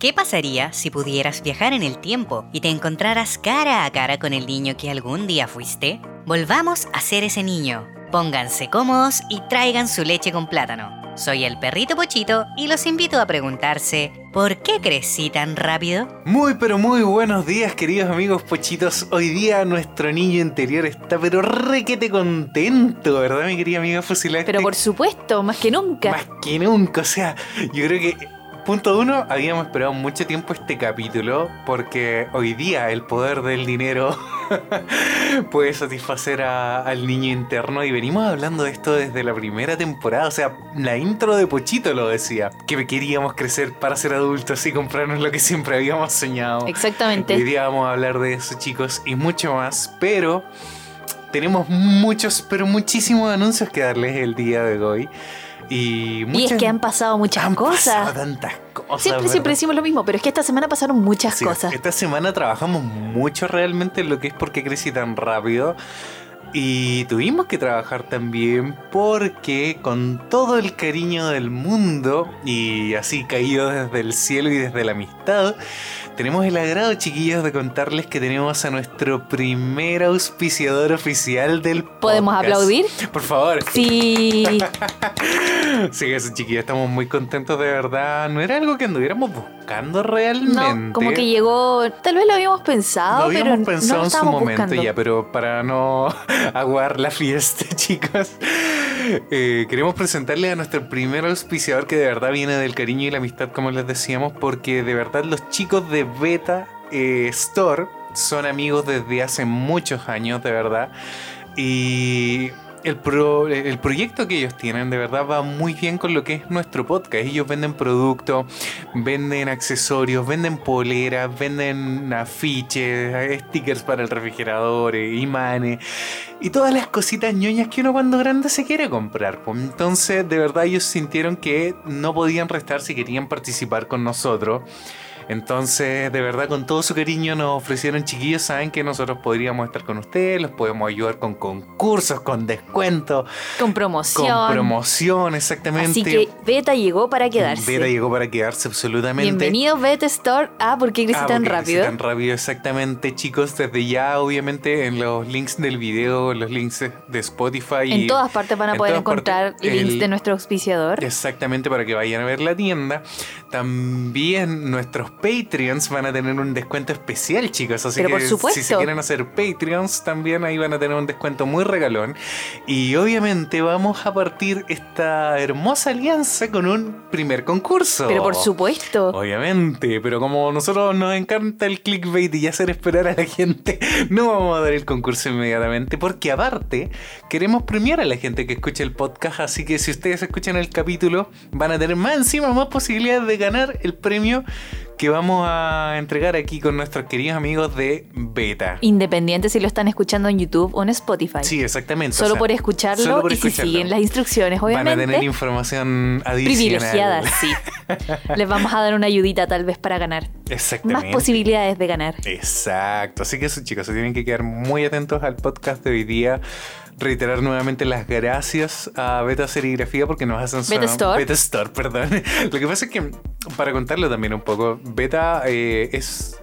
¿Qué pasaría si pudieras viajar en el tiempo y te encontraras cara a cara con el niño que algún día fuiste? Volvamos a ser ese niño. Pónganse cómodos y traigan su leche con plátano. Soy el perrito Pochito y los invito a preguntarse, ¿por qué crecí tan rápido? Muy pero muy buenos días queridos amigos pochitos. Hoy día nuestro niño interior está pero requete contento, ¿verdad mi querida amiga Fusilante? Pero por supuesto, más que nunca. Más que nunca, o sea, yo creo que Punto uno, habíamos esperado mucho tiempo este capítulo porque hoy día el poder del dinero puede satisfacer a- al niño interno y venimos hablando de esto desde la primera temporada, o sea, la intro de Pochito lo decía, que queríamos crecer para ser adultos y comprarnos lo que siempre habíamos soñado. Hoy Exactamente. día vamos a hablar de eso, chicos, y mucho más, pero tenemos muchos, pero muchísimos anuncios que darles el día de hoy. Y, Y es muchas- que han pasado muchas han pasado cosas. tantas cosas. Siempre, ¿verdad? siempre decimos lo mismo, pero es que esta semana pasaron muchas Sí, este cosas. Esta semana trabajamos mucho realmente en lo que es porque crecí tan rápido. Y tuvimos que trabajar también porque con todo el cariño del mundo y así caído desde el cielo y desde la amistad, tenemos el agrado chiquillos de contarles que tenemos a nuestro primer auspiciador oficial del ¿Podemos podcast. aplaudir? Por favor. Sí. Sí, eso chiquillos, estamos muy contentos de verdad. No era algo que anduviéramos buscando realmente. No, como que llegó. Tal vez lo habíamos pensado, Lo pero habíamos no pensado lo en su estábamos momento buscando. ya, pero para no aguar la fiesta, chicos, eh, queremos presentarles a nuestro primer auspiciador que de verdad viene del cariño y la amistad, como les decíamos, porque de verdad los chicos de Beta eh, Store son amigos desde hace muchos años, de verdad. Y el, pro- el proyecto que ellos tienen de verdad va muy bien con lo que es nuestro podcast. Ellos venden productos, venden accesorios, venden poleras, venden afiches, stickers para el refrigerador, eh, imanes y todas las cositas ñoñas que uno cuando grande se quiere comprar. po. Entonces, de verdad, ellos sintieron que no podían restar si querían participar con nosotros. Entonces, de verdad, con todo su cariño nos ofrecieron chiquillos, saben que nosotros podríamos estar con ustedes, los podemos ayudar con concursos, con descuentos, Con con promoción. promoción, exactamente. Así que Beta llegó para quedarse. Beta llegó para quedarse absolutamente. Bienvenido Beta Store. Ah, ¿por qué crecí Ah, tan porque crecí rápido? Tan rápido, exactamente, chicos. Desde ya, obviamente, en los links del video, los links de Spotify. y- En todas partes van a en poder todas encontrar partes, links el- de nuestro auspiciador. Exactamente, para que vayan a ver la tienda. También nuestros Patreons van a tener un descuento especial, chicos. Así Pero que por supuesto. si se quieren hacer Patreons, también ahí van a tener un descuento muy regalón. Y obviamente vamos a partir esta hermosa alianza con un primer concurso. Pero por supuesto. Obviamente, pero como nosotros nos encanta el clickbait y hacer esperar a la gente, no vamos a dar el concurso inmediatamente, porque aparte queremos premiar a la gente que escucha el podcast, así que si ustedes escuchan el capítulo, van a tener más encima, más posibilidades de ganar el premio que vamos a entregar aquí con nuestros queridos amigos de Beta. Independiente si lo están escuchando en YouTube o en Spotify. Sí, exactamente. o Solo sea, por escucharlo solo por y si escucharlo. siguen las instrucciones, obviamente. Van a tener información adicional. privilegiadas, sí. Les vamos a dar una ayudita tal vez para ganar. Más Exactamente. posibilidades de ganar. Exacto, así que eso chicos, se tienen que quedar muy atentos al podcast de hoy día. Reiterar nuevamente las gracias a Beta Serigrafía porque nos hacen Beta Store. Beta Store, perdón. Lo que pasa es que, para contarlo también un poco, Beta eh, es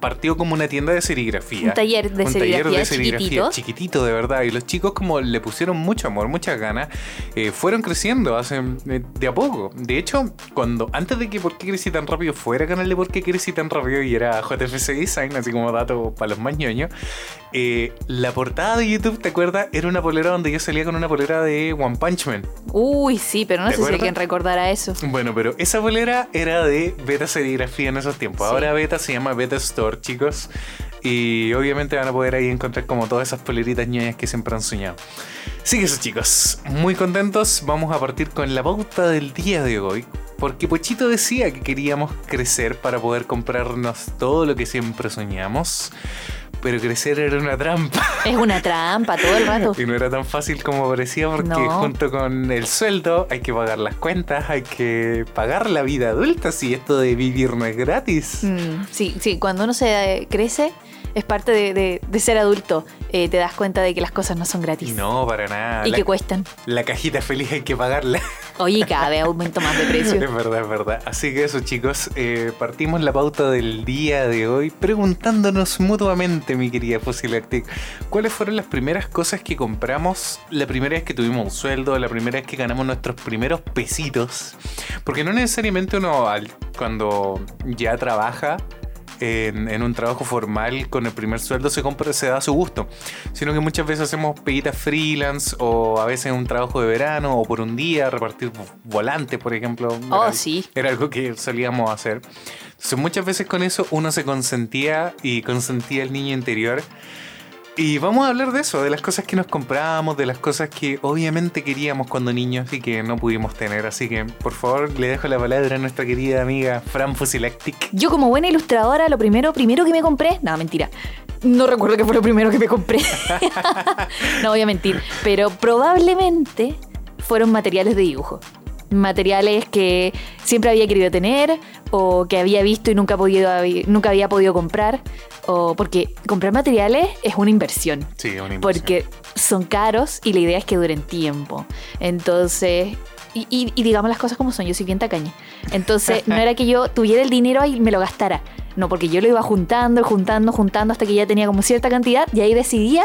partió como una tienda de serigrafía. Un taller de Un serigrafía taller de serigrafía chiquitito. chiquitito, de verdad. Y los chicos como le pusieron mucho amor, muchas ganas, eh, fueron creciendo hacen, eh, de a poco. De hecho, cuando antes de que Por qué crecí tan rápido fuera canal de Por qué crecí tan rápido y era JFC Design, así como dato para los más ñoños, eh, la portada de YouTube, ¿te acuerdas? Era una polera donde yo salía con una polera de One Punch Man. Uy, sí, pero no ¿Te sé si acuerdas? alguien recordará eso. Bueno, pero esa bolera era de Beta Serigrafía en esos tiempos. Sí. Ahora Beta se llama Beta Store, chicos. Y obviamente van a poder ahí encontrar como todas esas poleritas ñoñas que siempre han soñado. Así que eso, chicos. Muy contentos. Vamos a partir con la pauta del día de hoy. Porque Pochito decía que queríamos crecer para poder comprarnos todo lo que siempre soñamos. Pero crecer era una trampa. Es una trampa todo el rato. Y no era tan fácil como parecía porque No. junto con el sueldo hay que pagar las cuentas, hay que pagar la vida adulta si esto de vivir no es gratis. Mm, sí, sí, cuando uno se eh, crece, es parte de, de- de ser adulto. Eh, te das cuenta de que las cosas no son gratis No, para nada. y La, que cuestan. la cajita feliz hay que pagarla. Oye, cada vez aumento más de precio. Es verdad, es verdad. Así que eso, chicos, eh, partimos la pauta del día de hoy preguntándonos mutuamente, mi querida Fusilactic, ¿cuáles fueron las primeras cosas que compramos la primera vez que tuvimos un sueldo, la primera vez que ganamos nuestros primeros pesitos? Porque no necesariamente uno, al- cuando ya trabaja, en, en un trabajo formal con el primer sueldo se compra, se da a su gusto, sino que muchas veces hacemos peguitas freelance o a veces un trabajo de verano o por un día, repartir vo- volantes, por ejemplo. Oh, Era- sí. Era algo que solíamos hacer. Entonces muchas veces con eso uno se consentía y consentía el niño interior. Y vamos a hablar de eso, de las cosas que nos comprábamos, de las cosas que obviamente queríamos cuando niños y que no pudimos tener. Así que, por favor, le dejo la palabra a nuestra querida amiga Fran Fusilactic. Yo como buena ilustradora, lo primero, primero que me compré, no, mentira. No recuerdo que fue lo primero que me compré. no voy a mentir, pero probablemente fueron materiales de dibujo. Materiales que siempre había querido tener o que había visto y nunca, podido, nunca había podido comprar. O porque comprar materiales es una inversión Sí, una impresión. porque son caros y la idea es que duren tiempo. Entonces, y, y- y digamos las cosas como son, yo soy bien tacaña. Entonces, no era que yo tuviera el dinero y me lo gastara. No, porque yo lo iba juntando, juntando, juntando hasta que ya tenía como cierta cantidad y ahí decidía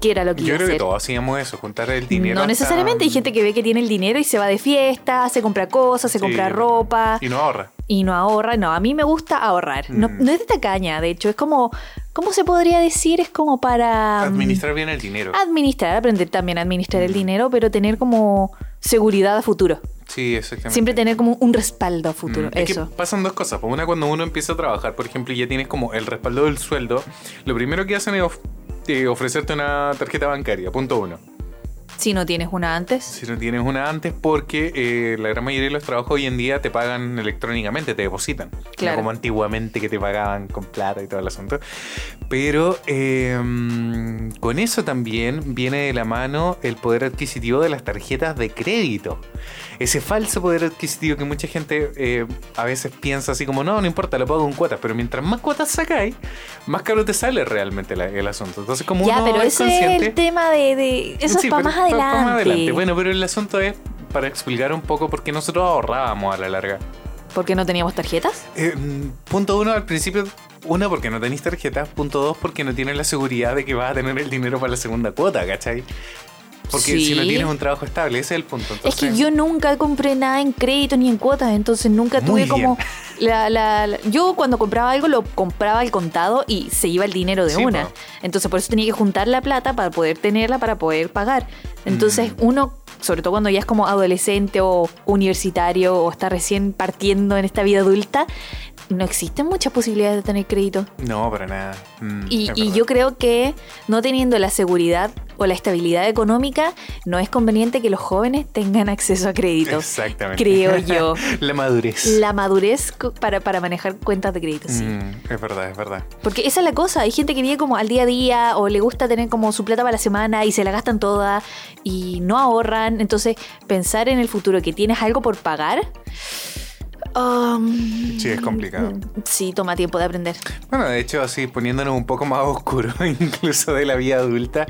qué era lo que Yo iba a creo que hacer. todos hacíamos eso, juntar el dinero. no hasta- necesariamente, hay gente que ve que tiene el dinero y se va de fiesta, se compra cosas, se Sí, compra ropa Y no ahorra. y no ahorra. No, a mí me gusta ahorrar. No, Mm. no es de tacaña, de hecho, es como, ¿cómo se podría decir? Es como para... mm, Administrar bien el dinero. administrar, aprender también a administrar el dinero, pero tener como seguridad a futuro. Sí, Mm. exactamente. Siempre tener como un respaldo a futuro. Mm, es Eso. que pasan dos cosas. Pues Una, cuando uno empieza a trabajar, por ejemplo, y ya tienes como el respaldo del sueldo, lo primero que hacen es of- eh, ofrecerte una tarjeta bancaria, punto uno. Si no tienes una antes. Si no tienes una antes, porque eh, la gran mayoría de los trabajos hoy en día te pagan electrónicamente, te depositan. Claro. No como antiguamente que te pagaban con plata y todo el asunto. Pero eh, mm, con eso también viene de la mano el poder adquisitivo de las tarjetas de crédito. Ese falso poder adquisitivo que mucha gente eh, a veces piensa así como, no, no importa, lo pago en cuotas. Pero mientras más cuotas sacáis, más caro te sale realmente la- el asunto. Entonces, como Ya, uno pero es ese consciente, es el tema de. de- eso Sí, es pero para más pa- pa' adelante. Bueno, pero el asunto es para explicar un poco por qué nosotros ahorrábamos a la larga. ¿Por qué no teníamos tarjetas? Eh, mm, punto uno, al principio, uno, porque no tenéis tarjetas. Punto dos, porque no tienes la seguridad de que vas a tener el dinero para la segunda cuota, ¿cachai? Porque si no Sí. tienes un trabajo estable, ese es el punto. Es que entonces- yo nunca compré nada en crédito ni en cuotas, entonces nunca Muy tuve como. La, la- la- yo cuando compraba algo lo compraba al contado y se iba el dinero de Sí, una. po. Entonces por eso tenía que juntar la plata para poder tenerla, para poder pagar. Entonces Mm. uno, sobre todo cuando ya es como adolescente o universitario o está recién partiendo en esta vida adulta, no existen muchas posibilidades de tener crédito. No, para nada. Mm, Y, es y verdad. yo creo que no teniendo la seguridad o la estabilidad económica, no es conveniente que los jóvenes tengan acceso a créditos. Exactamente. Creo yo. La madurez. La madurez co- para, para manejar cuentas de crédito, sí. Mm, es verdad, es verdad. Porque esa es la cosa. Hay gente que vive como al día a día o le gusta tener como su plata para la semana y se la gastan toda y no ahorran. Entonces, pensar en el futuro que tienes algo por pagar. um, Sí, es complicado. Sí, toma tiempo de aprender. Bueno, de hecho, así poniéndonos un poco más oscuro, incluso de la vida adulta,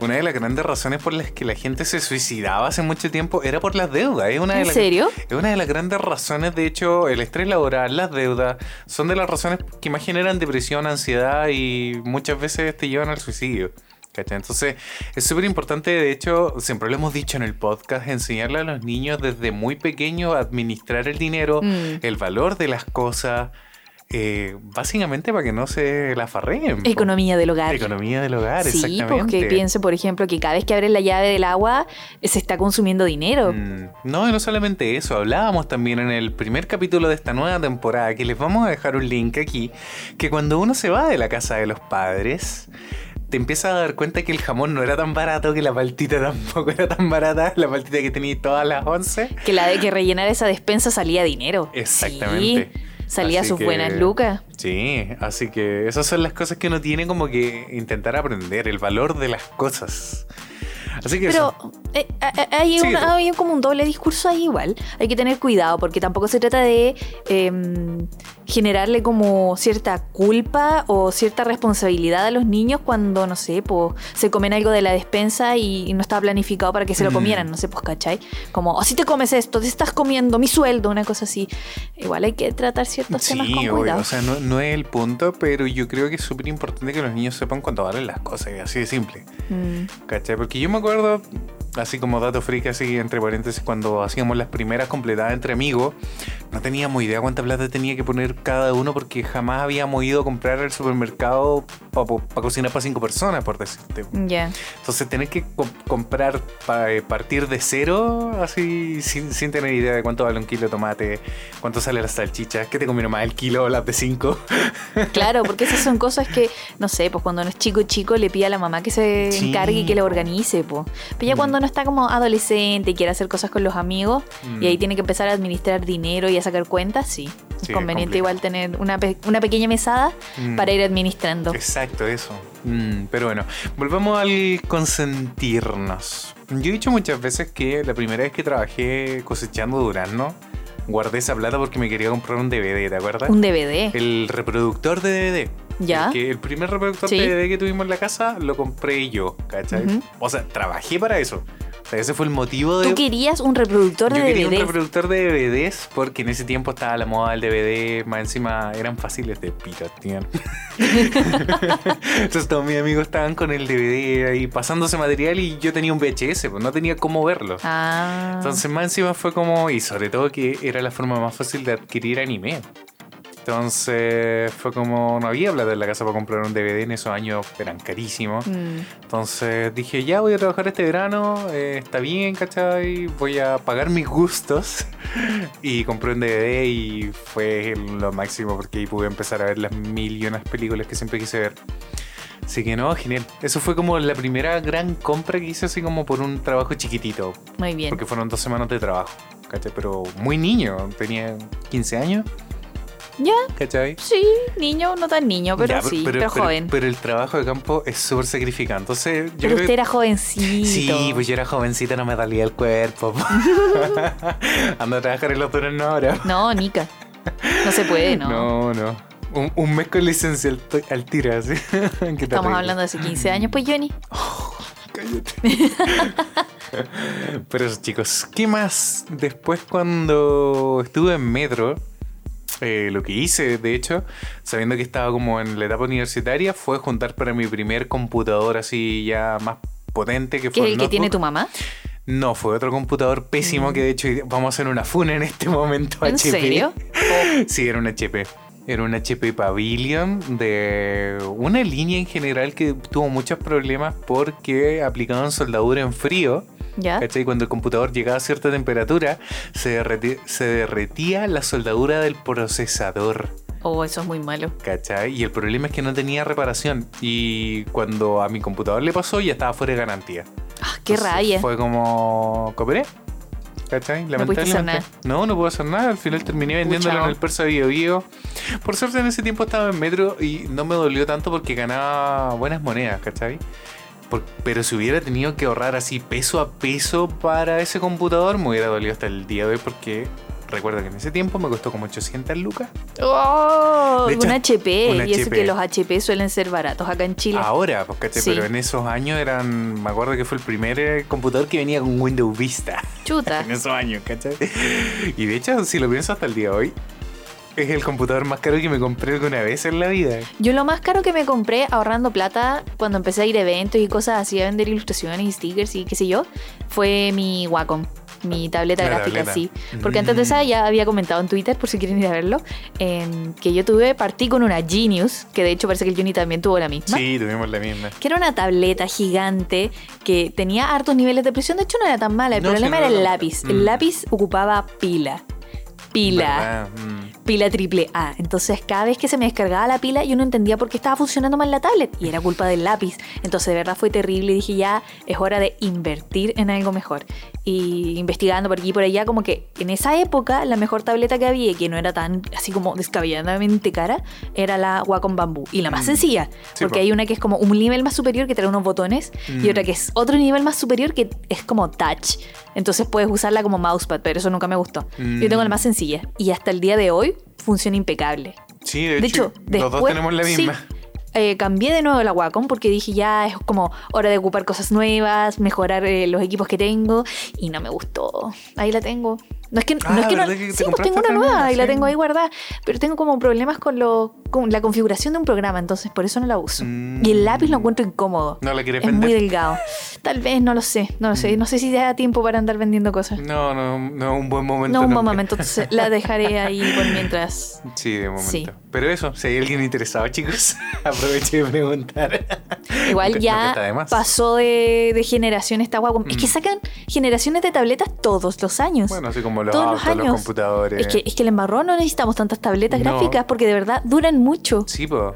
una de las grandes razones por las que la gente se suicidaba hace mucho tiempo era por las deudas. Es una de ¿En las- serio? es una de las grandes razones, de hecho, el estrés laboral, las deudas, son de las razones que más generan depresión, ansiedad y muchas veces te llevan al suicidio. ¿cachai? Entonces, es súper importante, de hecho, siempre lo hemos dicho en el podcast, enseñarle a los niños desde muy pequeños a administrar el dinero, Mm. el valor de las cosas, eh, básicamente para que no se la farreen. po. Economía del hogar. Economía del hogar, Sí, exactamente. porque piense, por ejemplo, que cada vez que abres la llave del agua eh, se está consumiendo dinero. Mm, No, y no solamente eso, hablábamos también en el primer capítulo de esta nueva temporada, que les vamos a dejar un link aquí, que cuando uno se va de la casa de los padres, te empiezas a dar cuenta que el jamón no era tan barato, que la paltita tampoco era tan barata, la paltita que tenía todas las 11. Que la de que rellenar esa despensa salía dinero. Exactamente. Sí, salía Así sus que- buenas lucas. Sí, así que esas son las cosas que uno tiene como que intentar aprender, el valor de las cosas. Así que Pero eso. eh, a- a- hay, Sí, una- tú. hay como un doble discurso ahí igual. Hay que tener cuidado porque tampoco se trata de em, generarle como cierta culpa o cierta responsabilidad a los niños cuando, no sé, pues se comen algo de la despensa y no estaba planificado para que se lo Mm. comieran, no sé, pues, ¿cachai? Como, si te comes esto, te estás comiendo mi sueldo, una cosa así. Igual hay que tratar ciertos temas con obvio, cuidado. o sea, no, no es el punto, pero yo creo que es súper importante que los niños sepan cuánto valen las cosas, y así de simple. Mm. ¿Cachai? Porque yo me acuerdo, así como dato freak, así entre paréntesis, cuando hacíamos las primeras completadas entre amigos, no teníamos idea cuánta plata tenía que poner cada uno porque jamás habíamos ido a comprar al supermercado para cocinar para cinco personas, por decirte. Ya. Entonces tener que co- comprar para partir de cero, así sin, sin tener idea de cuánto vale un kilo de tomate, cuánto sale las salchichas, qué te conviene más, el kilo o las de cinco. Claro, porque esas son cosas que, no sé, pues cuando uno es chico, chico, le pide a la mamá que se Sí. encargue y que le organice, pues. Pero ya Mm. cuando uno está como adolescente y quiere hacer cosas con los amigos, Mm, y ahí tiene que empezar a administrar dinero y a sacar cuentas, sí. Sí, es conveniente complicado. igual tener una, pe- una pequeña mesada Mm. para ir administrando. Exacto, eso. Mm, pero bueno, volvamos al consentirnos. Yo he dicho muchas veces que la primera vez que trabajé cosechando durazno, guardé esa plata porque me quería comprar un DVD, ¿te acuerdas? Un DVD. El reproductor de DVD. Ya. El, que- el primer reproductor Sí. de DVD que tuvimos en la casa lo compré yo, ¿cachai? Ujú. O sea, trabajé para eso. O sea, ese fue el motivo de... Tú querías un reproductor Yo de quería un DVD. reproductor de DVDs porque en ese tiempo estaba la moda del DVD, más encima eran fáciles de piratear. Entonces todos mis amigos estaban con el DVD ahí pasándose material y yo tenía un VHS, pues no tenía cómo verlo. Ah. Entonces más encima fue como, y sobre todo que era la forma más fácil de adquirir anime. Entonces fue como, no había plata en la casa para comprar un DVD, en esos años eran carísimos. Mm. Entonces dije, ya voy a trabajar este verano, eh, está bien, ¿cachai? Voy a pagar mis gustos. y compré un DVD y fue lo máximo porque ahí pude empezar a ver las mil y unas películas que siempre quise ver. Así que no, genial. Eso fue como la primera gran compra que hice así como por un trabajo chiquitito. Muy bien. Porque fueron dos semanas de trabajo, ¿cachai? Pero muy niño, tenía 15 años. Ya. ¿Cachai? Sí, niño, no tan niño, pero Ya, sí, pero, joven. Pero, Pero el trabajo de campo es súper sacrificante. Entonces, yo creo que- usted era jovencito. Sí, pues yo era jovencita, no me salía el cuerpo. po. Ando a trabajar en los turnos ahora. No, Nica. No se puede, ¿no? No, no. Un, un mes con licencia al, to- al tiro, así. Qué Estamos terrible. hablando de hace 15 años, pues Johnny. Cállate. Pero eso, chicos, ¿qué más? Después cuando estuve en metro, eh, lo que hice, de hecho, sabiendo que estaba como en la etapa universitaria, fue juntar para mi primer computador así ya más potente que ¿Qué fue es el que tiene notebook. tu mamá? No, fue otro computador pésimo que de hecho vamos a hacer una funa en este momento. ¿En HP. serio? Sí, era un HP. Era un HP Pavilion de una línea en general que tuvo muchos problemas porque aplicaban soldadura en frío. ¿Ya? ¿Cachai? Cuando el computador llegaba a cierta temperatura, se, derreti- se derretía la soldadura del procesador. Oh, eso es muy malo. ¿Cachai? Y el problema es que no tenía reparación. Y cuando a mi computador le pasó, ya estaba fuera de garantía. Ah, qué Entonces, rabia. Fue como. ¿Cooperé? ¿Cachai? No pudiste hacer nada. No, no pude hacer nada. Al final terminé vendiéndolo Pucha. en el Persa Bio Bio. Por suerte en ese tiempo estaba en metro y no me dolió tanto porque ganaba buenas monedas, ¿cachai? Por- pero si hubiera tenido que ahorrar así peso a peso para ese computador, me hubiera dolido hasta el día de hoy porque recuerdo que en ese tiempo me costó como 800 lucas. Oh, De hecho, un HP. un y eso HP. que los HP suelen ser baratos acá en Chile. Ahora, pues, ¿cachai? Sí. Pero en esos años eran. Me acuerdo que fue el primer eh, computador que venía con Windows Vista. Chuta. en esos años, ¿cachai? Y de hecho, si lo pienso hasta el día de hoy, es el computador más caro que me compré alguna vez en la vida. Yo lo más caro que me compré ahorrando plata cuando empecé a ir a eventos y cosas así, a vender ilustraciones y stickers y qué sé yo, fue mi Wacom. Mi tableta La gráfica, tableta. sí. Porque antes de esa Mm. ya había comentado en Twitter, por si quieren ir a verlo, em, que yo tuve, partí con una Genius, que de hecho parece que el Juni también tuvo la misma. Sí, tuvimos la misma. que era una tableta gigante que tenía hartos niveles de presión. De hecho, no era tan mala. El No, sí, problema no era era el tan- lápiz. Mm. El lápiz ocupaba pila. Pila. ¿Verdad? Mm. Pila triple A. Entonces, cada vez que se me descargaba la pila, yo no entendía por qué estaba funcionando mal la tablet. Y era culpa del lápiz. Entonces, de verdad fue terrible. Y dije, ya es hora de invertir en algo mejor. Y investigando por aquí y por allá, como que en esa época, la mejor tableta que había, y que no era tan así como descabelladamente cara, era la Wacom Bamboo. Y la más Mm. sencilla. Sí, porque po. hay una que es como un nivel más superior que trae unos botones y Mm. otra que es otro nivel más superior que es como touch. Entonces puedes usarla como mousepad, pero eso nunca me gustó. Yo tengo la Mm. más sencilla y hasta el día de hoy funciona impecable. Sí, De hecho, los dos después- tenemos la sí, misma. eh, cambié de nuevo la Wacom porque dije ya es como hora de ocupar cosas nuevas, mejorar eh, los equipos que tengo y no me gustó. Ahí la tengo. No es que Ah, no es que no, ¿verdad que te sí, pues compraste tengo una otra nueva nueva? y la Sí. tengo ahí guardada, pero tengo como problemas con lo con la configuración de un programa, entonces por eso no la uso. Mm. Y el lápiz lo encuentro incómodo. No Mm. la quieres es muy vender. delgado. Tal vez no lo sé, no lo sé, no sé si da tiempo para andar vendiendo cosas. No, no, no, un buen momento. No, un buen nunca. momento, entonces la dejaré ahí por mientras. Sí, de momento. Sí. Pero eso, si hay alguien interesado, chicos, aproveche de preguntar. Igual Nunca- nunca ya está de más. pasó de, de generación esta Wacom. Es que Mm. sacan generaciones de tabletas todos los años. Bueno, así como los Todos los autos, los años. computadores. es, que, es que el embarrón no necesitamos tantas tabletas No. gráficas porque de verdad duran mucho. Sí, po.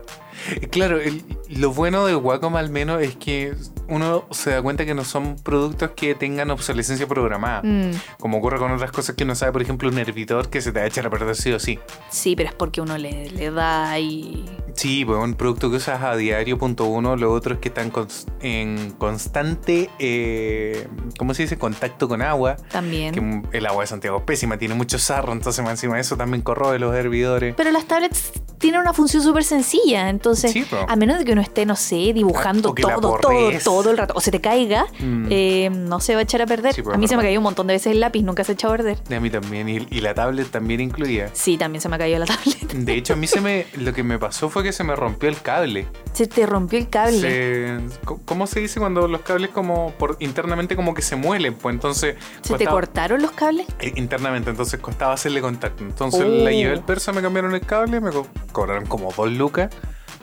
Y Claro, el- lo bueno de Wacom al menos es que uno se da cuenta que no son productos que tengan obsolescencia programada. Mm, Como ocurre con otras cosas que uno sabe, por ejemplo, un hervidor que se te va a echar a perder sí o sí. sí, pero es porque uno le, le da y. Sí, pues un producto que usas a diario, punto uno. Lo otro es que están cons- en constante, eh, ¿cómo se dice? Contacto con agua. También. Que mm, el agua de Santiago es pésima, tiene mucho sarro, entonces más encima de eso también corroe los hervidores. Pero las tablets tienen una función súper sencilla. Entonces, Sí, po. a menos de que uno esté, no sé, dibujando O que la todo, todo, borres. todo el rato. O se te caiga, Mm. eh, no se va a echar a perder. Sí, po, a mí es se me verdad. cayó un montón de veces el lápiz, nunca se ha echado a perder. Y a mí también, y, y la tablet también incluía. Sí, también se me cayó la tableta. De hecho, a mí se me, lo que me pasó fue que se me rompió el cable. Se te rompió el cable. Se- co- ¿Cómo se dice cuando los cables como por, internamente como que se muelen? Pues entonces ¿Se te costaba- cortaron los cables? eh, internamente, entonces costaba hacerle contacto. Entonces Oh. la llevé al persa, me cambiaron el cable, me co- cobraron como dos lucas.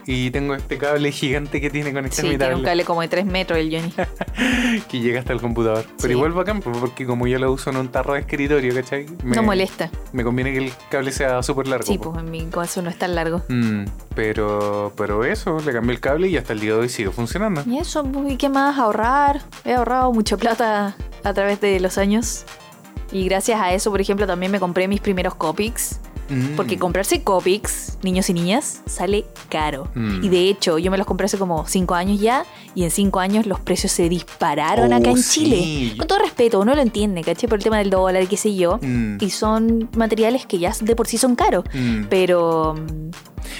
Y tengo este cable gigante que tiene Sí, conectado Este mi tiene tablet. un cable como de 3 metros el Johnny. que llega hasta el computador. Sí. Pero igual bacán, pues, porque como yo lo uso en un tarro de escritorio, ¿cachai? Me, No molesta. Me conviene que el cable sea súper largo. Sí, po. pues en mi caso no es tan largo. Mm, pero, pero eso, le cambié el cable y hasta el día de hoy sigue funcionando. Y eso, pues, ¿y qué más? Ahorrar. He ahorrado mucha plata a través de los años. Y gracias a eso, por ejemplo, también me compré mis primeros Copics. Mm. Porque comprarse Copics, niños y niñas, sale caro. Mm. Y de hecho, yo me los compré hace como 5 años ya. Y en 5 años los precios se dispararon Oh, acá en sí. Chile. Con todo respeto, uno lo entiende, ¿caché? Por el tema del dólar, qué sé yo. Mm, y son materiales que ya de por sí son caros. mm, Pero mm,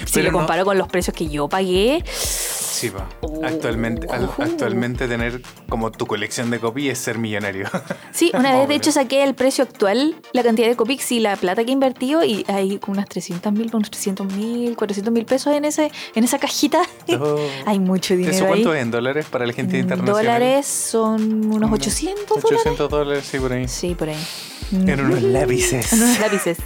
si Pero lo no- comparo con los precios que yo pagué, sí, po. Oh. Actualmente, al- actualmente tener como tu colección de copias es ser millonario. sí, una Pobre. vez de hecho saqué el precio actual, la cantidad de Copics y la plata que he invertido y hay como unas 300 mil, unos 300 mil, 400 mil pesos en, ese, en esa cajita. Oh. hay mucho dinero. ¿Eso cuánto ahí. es en dólares para la gente En internacional? dólares son unos Unos 800 dólares. 800 dólares, sí, por ahí. Sí, por ahí. En unos En lápices. unos lápices.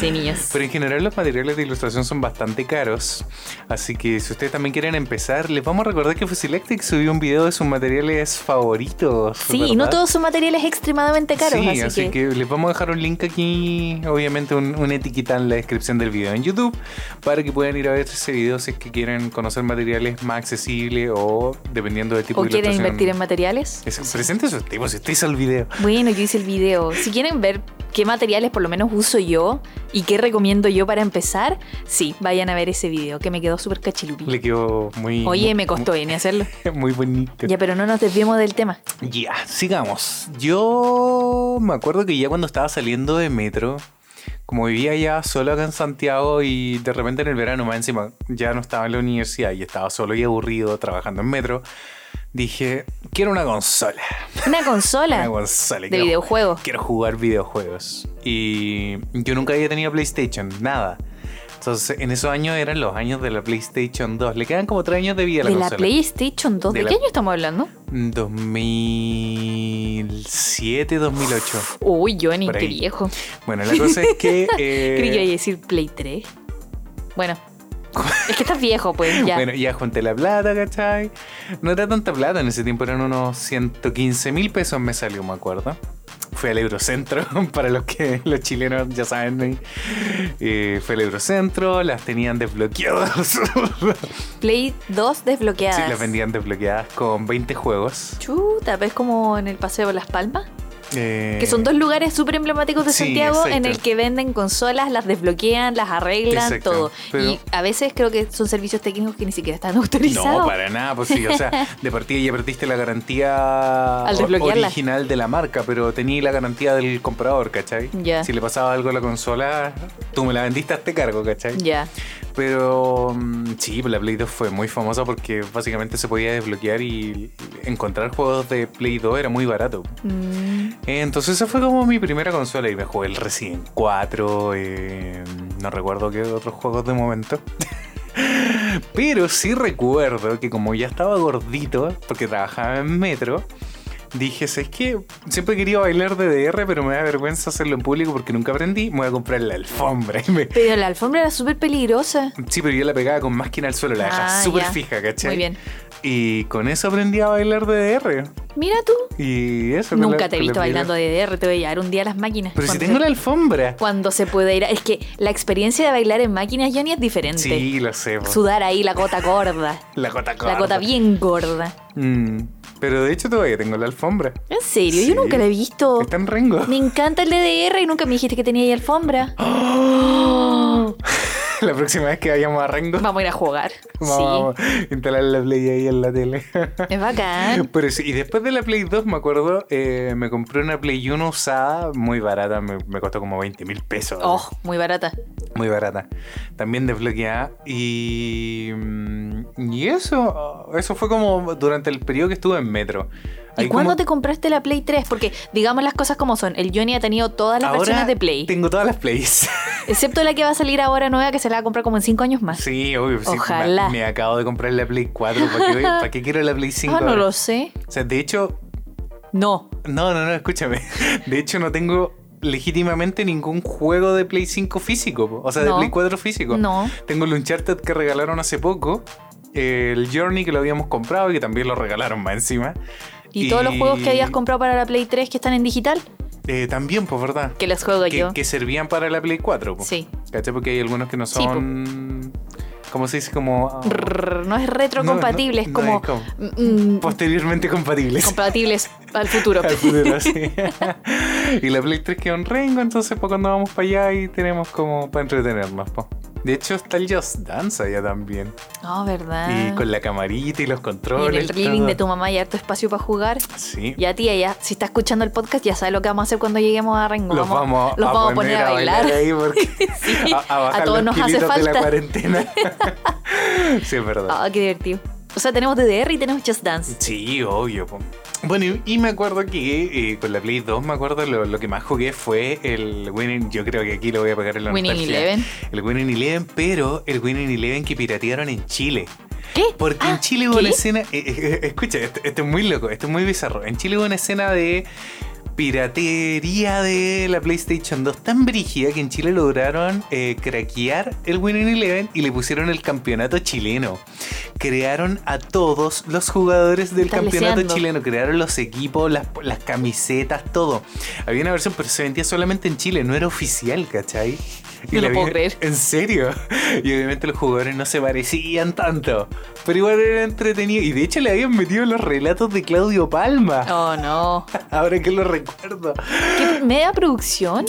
sí, niños. Pero en general los materiales de ilustración son bastante caros, así que si ustedes también quieren empezar, les vamos a recordar que Fusilectic subió un video de sus materiales favoritos. Sí, ¿verdad? y no todos son materiales extremadamente caros, Sí, así, que... les vamos a dejar un link aquí, obviamente un- una etiqueta en la descripción del video en YouTube, para que puedan ir a ver ese video si es que quieren conocer materiales más accesibles o dependiendo del tipo o de quieren ilustración. invertir en materiales. Es- Presente sus tipos, si estáis al video. Bueno, yo hice el video. Si quieren ver qué materiales por lo menos uso yo y qué recomiendo yo para empezar, sí, vayan a ver ese video que me quedó súper cachilupi. Le quedó muy... Oye, me costó bien hacerlo. Muy, muy bonito. Ya, pero no nos desviemos del tema. Ya, sigamos. Yo me acuerdo que ya cuando estaba saliendo de metro, como vivía ya solo acá en Santiago y de repente en el verano más encima ya no estaba en la universidad y estaba solo y aburrido trabajando en metro, dije, quiero una consola. Una Una consola consola. de videojuegos. Quiero jugar videojuegos. Y yo nunca había tenido PlayStation, nada. Entonces, en esos años eran los años de la PlayStation 2. Le quedan como tres años de vida a la De la consola. PlayStation 2. ¿De, De la- qué año estamos hablando? 2007, 2008. Uy, Johnny, Por qué ahí. viejo. Bueno, la cosa es que. eh, Creí que iba a decir Play 3. Bueno. Es que estás viejo, pues, ya. Bueno, ya junté la plata, ¿cachai? No era tanta plata, en ese tiempo eran unos 115 mil pesos me salió, me acuerdo. Fui al Eurocentro, para los que los chilenos ya saben. eh, fue al Eurocentro, las tenían desbloqueadas. sí, Play 2 desbloqueadas. las vendían desbloqueadas con 20 juegos. Chuta, ¿ves como en el Paseo de las Palmas? Eh, Que son dos lugares súper emblemáticos de Sí, Santiago en exacto. el que venden consolas, las desbloquean, las arreglan, Exacto, todo. pero- Y a veces creo que son servicios técnicos que ni siquiera están autorizados. No, para nada, pues sí, o sea, de partida ya perdiste la garantía Al o- desbloquearla. original de la marca, pero tenías la garantía del comprador, ¿cachai? Ya. Si le pasaba algo a la consola, tú me la vendiste a este cargo, ¿cachai? Ya, Pero mm, sí, la Play 2 fue muy famosa porque básicamente se podía desbloquear y encontrar juegos de Play 2 era muy barato. Mm, Entonces esa fue como mi primera consola y me jugué el Resident 4, eh, no recuerdo qué otros juegos de momento. Pero sí recuerdo que como ya estaba gordito, porque trabajaba en metro, dije, es que siempre quería bailar DDR, pero me da vergüenza hacerlo en público porque nunca aprendí, me voy a comprar la alfombra. Y me- Pero la alfombra era súper peligrosa. Sí, pero yo la pegaba con máquina al suelo, la dejaba Ah, súper ya. fija, ¿cachai? Muy bien. Y con eso aprendí a bailar DDR. Mira tú. Y eso. con la- Nunca te con he la visto Play 2. bailando DDR, te voy a llevar un día a las máquinas. Pero si Cuando tengo se- la alfombra. Cuando se puede ir. a- Es que la experiencia de bailar en máquinas, Johnny, es diferente. Sí, lo sé. po. Sudar ahí la gota gorda. La gota La gota gorda. bien gorda. Mm, Pero de hecho todavía tengo la alfombra. ¿En serio? Sí. Yo nunca la he visto. Está en Rengo. Me encanta el DDR y nunca me dijiste que tenía ahí alfombra. la próxima vez que vayamos a Rengo, Vamos a ir a jugar. vamos a instalar la Play ahí en la tele. Sí. Es bacán. Pero sí, y después de la Play 2, me acuerdo, eh, me compré una Play 1 usada, muy barata, me, me costó como 20 mil pesos. Oh, muy barata. Muy barata. También desbloqueada. Y, mm, y eso, eso fue como durante el periodo que estuve en Metro. ¿Y Ahí cuándo como- te compraste la Play 3? Porque digamos las cosas como son. El Johnny ha tenido todas las Ahora versiones de Play. Tengo todas las Plays. Excepto la que va a salir ahora nueva, que se la va a comprar como en 5 años más. Sí, obvio. sí, Ojalá. me, me acabo de comprar la Play 4. ¿Para qué, voy- para qué quiero la Play 5? Ah, no lo sé. O sea, de hecho, No. no, no, no, escúchame. De hecho, no tengo legítimamente ningún juego de Play 5 físico. po. O sea, de No. Play 4 físico. No. Tengo el Uncharted que regalaron hace poco. El Journey que lo habíamos comprado y que también lo regalaron más encima. Y, todos los juegos que habías comprado para la Play 3 que están en digital, Eh, también, pues, ¿verdad? que los juego Que, yo. que servían para la Play 4. po. Sí. ¿Cachai? Porque hay algunos que no Sí, po. son. ¿Cómo se dice? Como. ah, Rrr, no es no, no, retrocompatible, no es como. como mm, mm, posteriormente compatibles. compatibles al futuro. Al futuro, sí. y la Play 3 quedó en Rengo, entonces pues cuando vamos para allá y tenemos como para entretenernos, po. De hecho está el Just Dance allá también. No, Ah, ¿verdad? Y con la camarita y los Y en controles. el living todo. de tu mamá hay harto espacio para jugar. Sí. Ya, tía, ya, si está escuchando el podcast, ya sabe lo que vamos a hacer cuando lleguemos a Rengo. Los vamos, los vamos a poner a bailar. ahí porque Sí, a, a a bajar todos los nos hace kilitos de la falta. cuarentena. sí, es verdad. Ah, qué divertido. O sea, tenemos DDR y tenemos Just Dance. Sí, obvio. po. Bueno, y- y me acuerdo que eh, con la Play 2, me acuerdo lo, lo que más jugué fue el Winning. Yo creo que aquí lo voy a pegar en la Winning nostalgia. Eleven. El Winning Eleven, pero el Winning Eleven que piratearon en Chile. ¿Qué? Porque Ah, en Chile hubo una ¿qué? escena. eh, eh, eh, escucha, esto, esto es muy loco, esto es muy bizarro. En Chile hubo una escena de piratería de la PlayStation 2 tan brígida que en Chile lograron eh, craquear el Winning Eleven y le pusieron el campeonato chileno. Crearon a todos los jugadores del campeonato Estableando. chileno, crearon los equipos, las, las camisetas, todo. Había una versión, pero se vendía solamente en Chile, no era oficial, ¿cachai? No la lo puedo vi- creer. ¿En serio? Y obviamente los jugadores no se parecían tanto. Pero igual era entretenido. Y de hecho le habían metido los relatos de Claudio Palma. Oh, no. Ahora que lo recuerdo. ¿Qué media producción?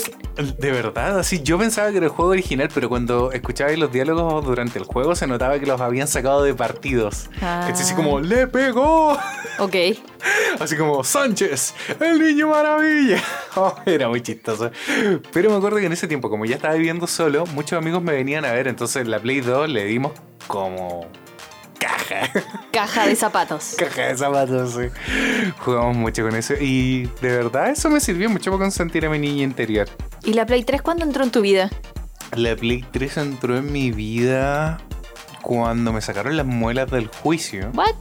De verdad, así yo pensaba que era el juego original, pero cuando escuchaba los diálogos durante el juego se notaba que los habían sacado de partidos. Ah. Es así Este como, le pegó. Ok. Así como, Sánchez, el niño maravilla. Oh, era muy chistoso. Pero me acuerdo que en ese tiempo, como ya estaba viviendo solo, muchos amigos me venían a ver. Entonces la Play 2 le dimos como caja. Caja de zapatos. Caja de zapatos, sí. Jugamos mucho con eso. Y de verdad eso me sirvió mucho para consentir a mi niña interior. ¿Y la Play 3 cuándo entró en tu vida? La Play 3 entró en mi vida cuando me sacaron las muelas del juicio. ¿What?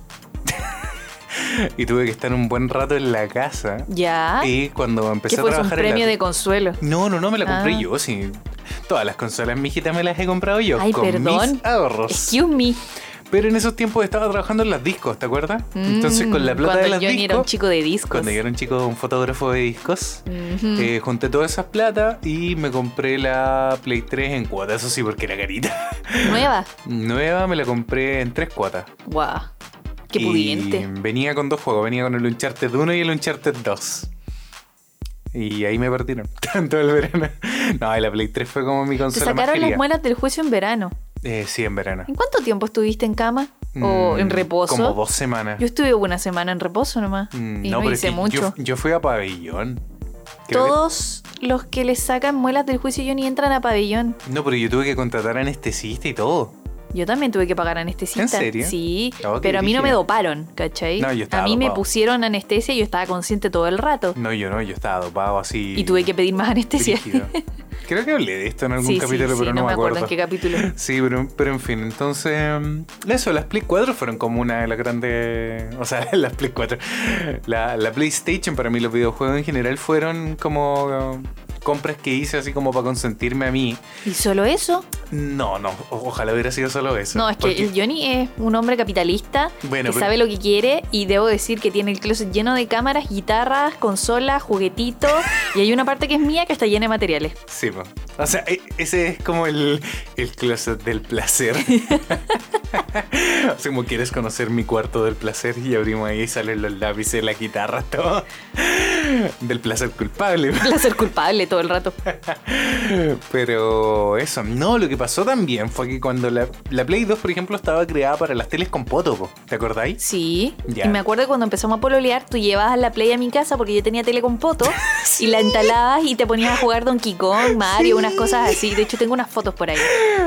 Y tuve que estar un buen rato en la casa. ¿Ya? Y cuando empecé Ah. a ¿Qué fue un trabajar en la premio de consuelo? No, no, no, me la compré Ah. yo, sí. Todas las consolas, mijita, me las he comprado yo. Ay, con perdón. mis ahorros. Excuse me. Pero en esos tiempos estaba trabajando en las discos, ¿te acuerdas? Entonces, con la Mm, plata cuando de las Johnny discos. era un chico de discos. Cuando yo era un chico, un fotógrafo de discos. Ujú. eh, junté todas esas plata y me compré la Play 3 en cuotas, eso sí, porque era carita. Nueva. Nueva me la compré en tres cuotas. Guau. Qué Y pudiente. Venía con dos juegos, venía con el Uncharted 1 y el Uncharted 2. Y ahí me partieron. Tanto el verano. No, y la Play 3 fue como mi Te consola más sacaron las querida. muelas del juicio en verano. Eh, sí, en verano. ¿En cuánto tiempo estuviste en cama? ¿O Mm, en reposo? Como dos semanas. Yo estuve una semana en reposo nomás. Mm, y no, pero es hice que mucho. Yo, yo fui a pabellón. Creo que- Todos los que les sacan muelas del juicio yo ni entran a pabellón. No, pero yo tuve que contratar anestesista y todo. Yo también tuve que pagar anestesia. ¿En serio? Sí, Oh, qué pero a mí no me brígido. doparon, ¿cachai? No, yo estaba a mí me dopado. pusieron anestesia y yo estaba consciente todo el rato. No, yo no, yo estaba dopado así. Y tuve que pedir más anestesia. brígido. Creo que hablé de esto en algún sí, capítulo, sí, pero sí, no, me acuerdo. en acuerdo. qué capítulo. Sí, pero, pero en fin, entonces. mm, Eso, las Play 4 fueron como una de las grandes. O sea, las Play 4. La, la PlayStation, para mí, los videojuegos en general fueron como. eh, Compras que hice así como para consentirme a mí. ¿Y solo eso? No, no, o- ojalá hubiera sido solo eso. No, es que porque- el Johnny es un hombre capitalista Bueno, que pero- sabe lo que quiere y debo decir que tiene el closet lleno de cámaras, guitarras, consolas, juguetitos y hay una parte que es mía que está llena de materiales. Sí, po. o sea, e- ese es como el, el closet del placer. Así como quieres conocer mi cuarto del placer y abrimos ahí y salen los lápices, la guitarra, todo. Del placer culpable. Placer culpable todo el rato. Pero eso, no, lo que pasó también fue que cuando la, la Play 2, por ejemplo, estaba creada para las teles con poto, po. ¿te acordáis? Sí. Ya. Y me acuerdo que cuando empezamos a pololear, tú llevabas la play a mi casa porque yo tenía tele con poto y la entalabas y te ponías a jugar Donkey Kong, Mario, unas cosas así. De hecho, tengo unas fotos por ahí.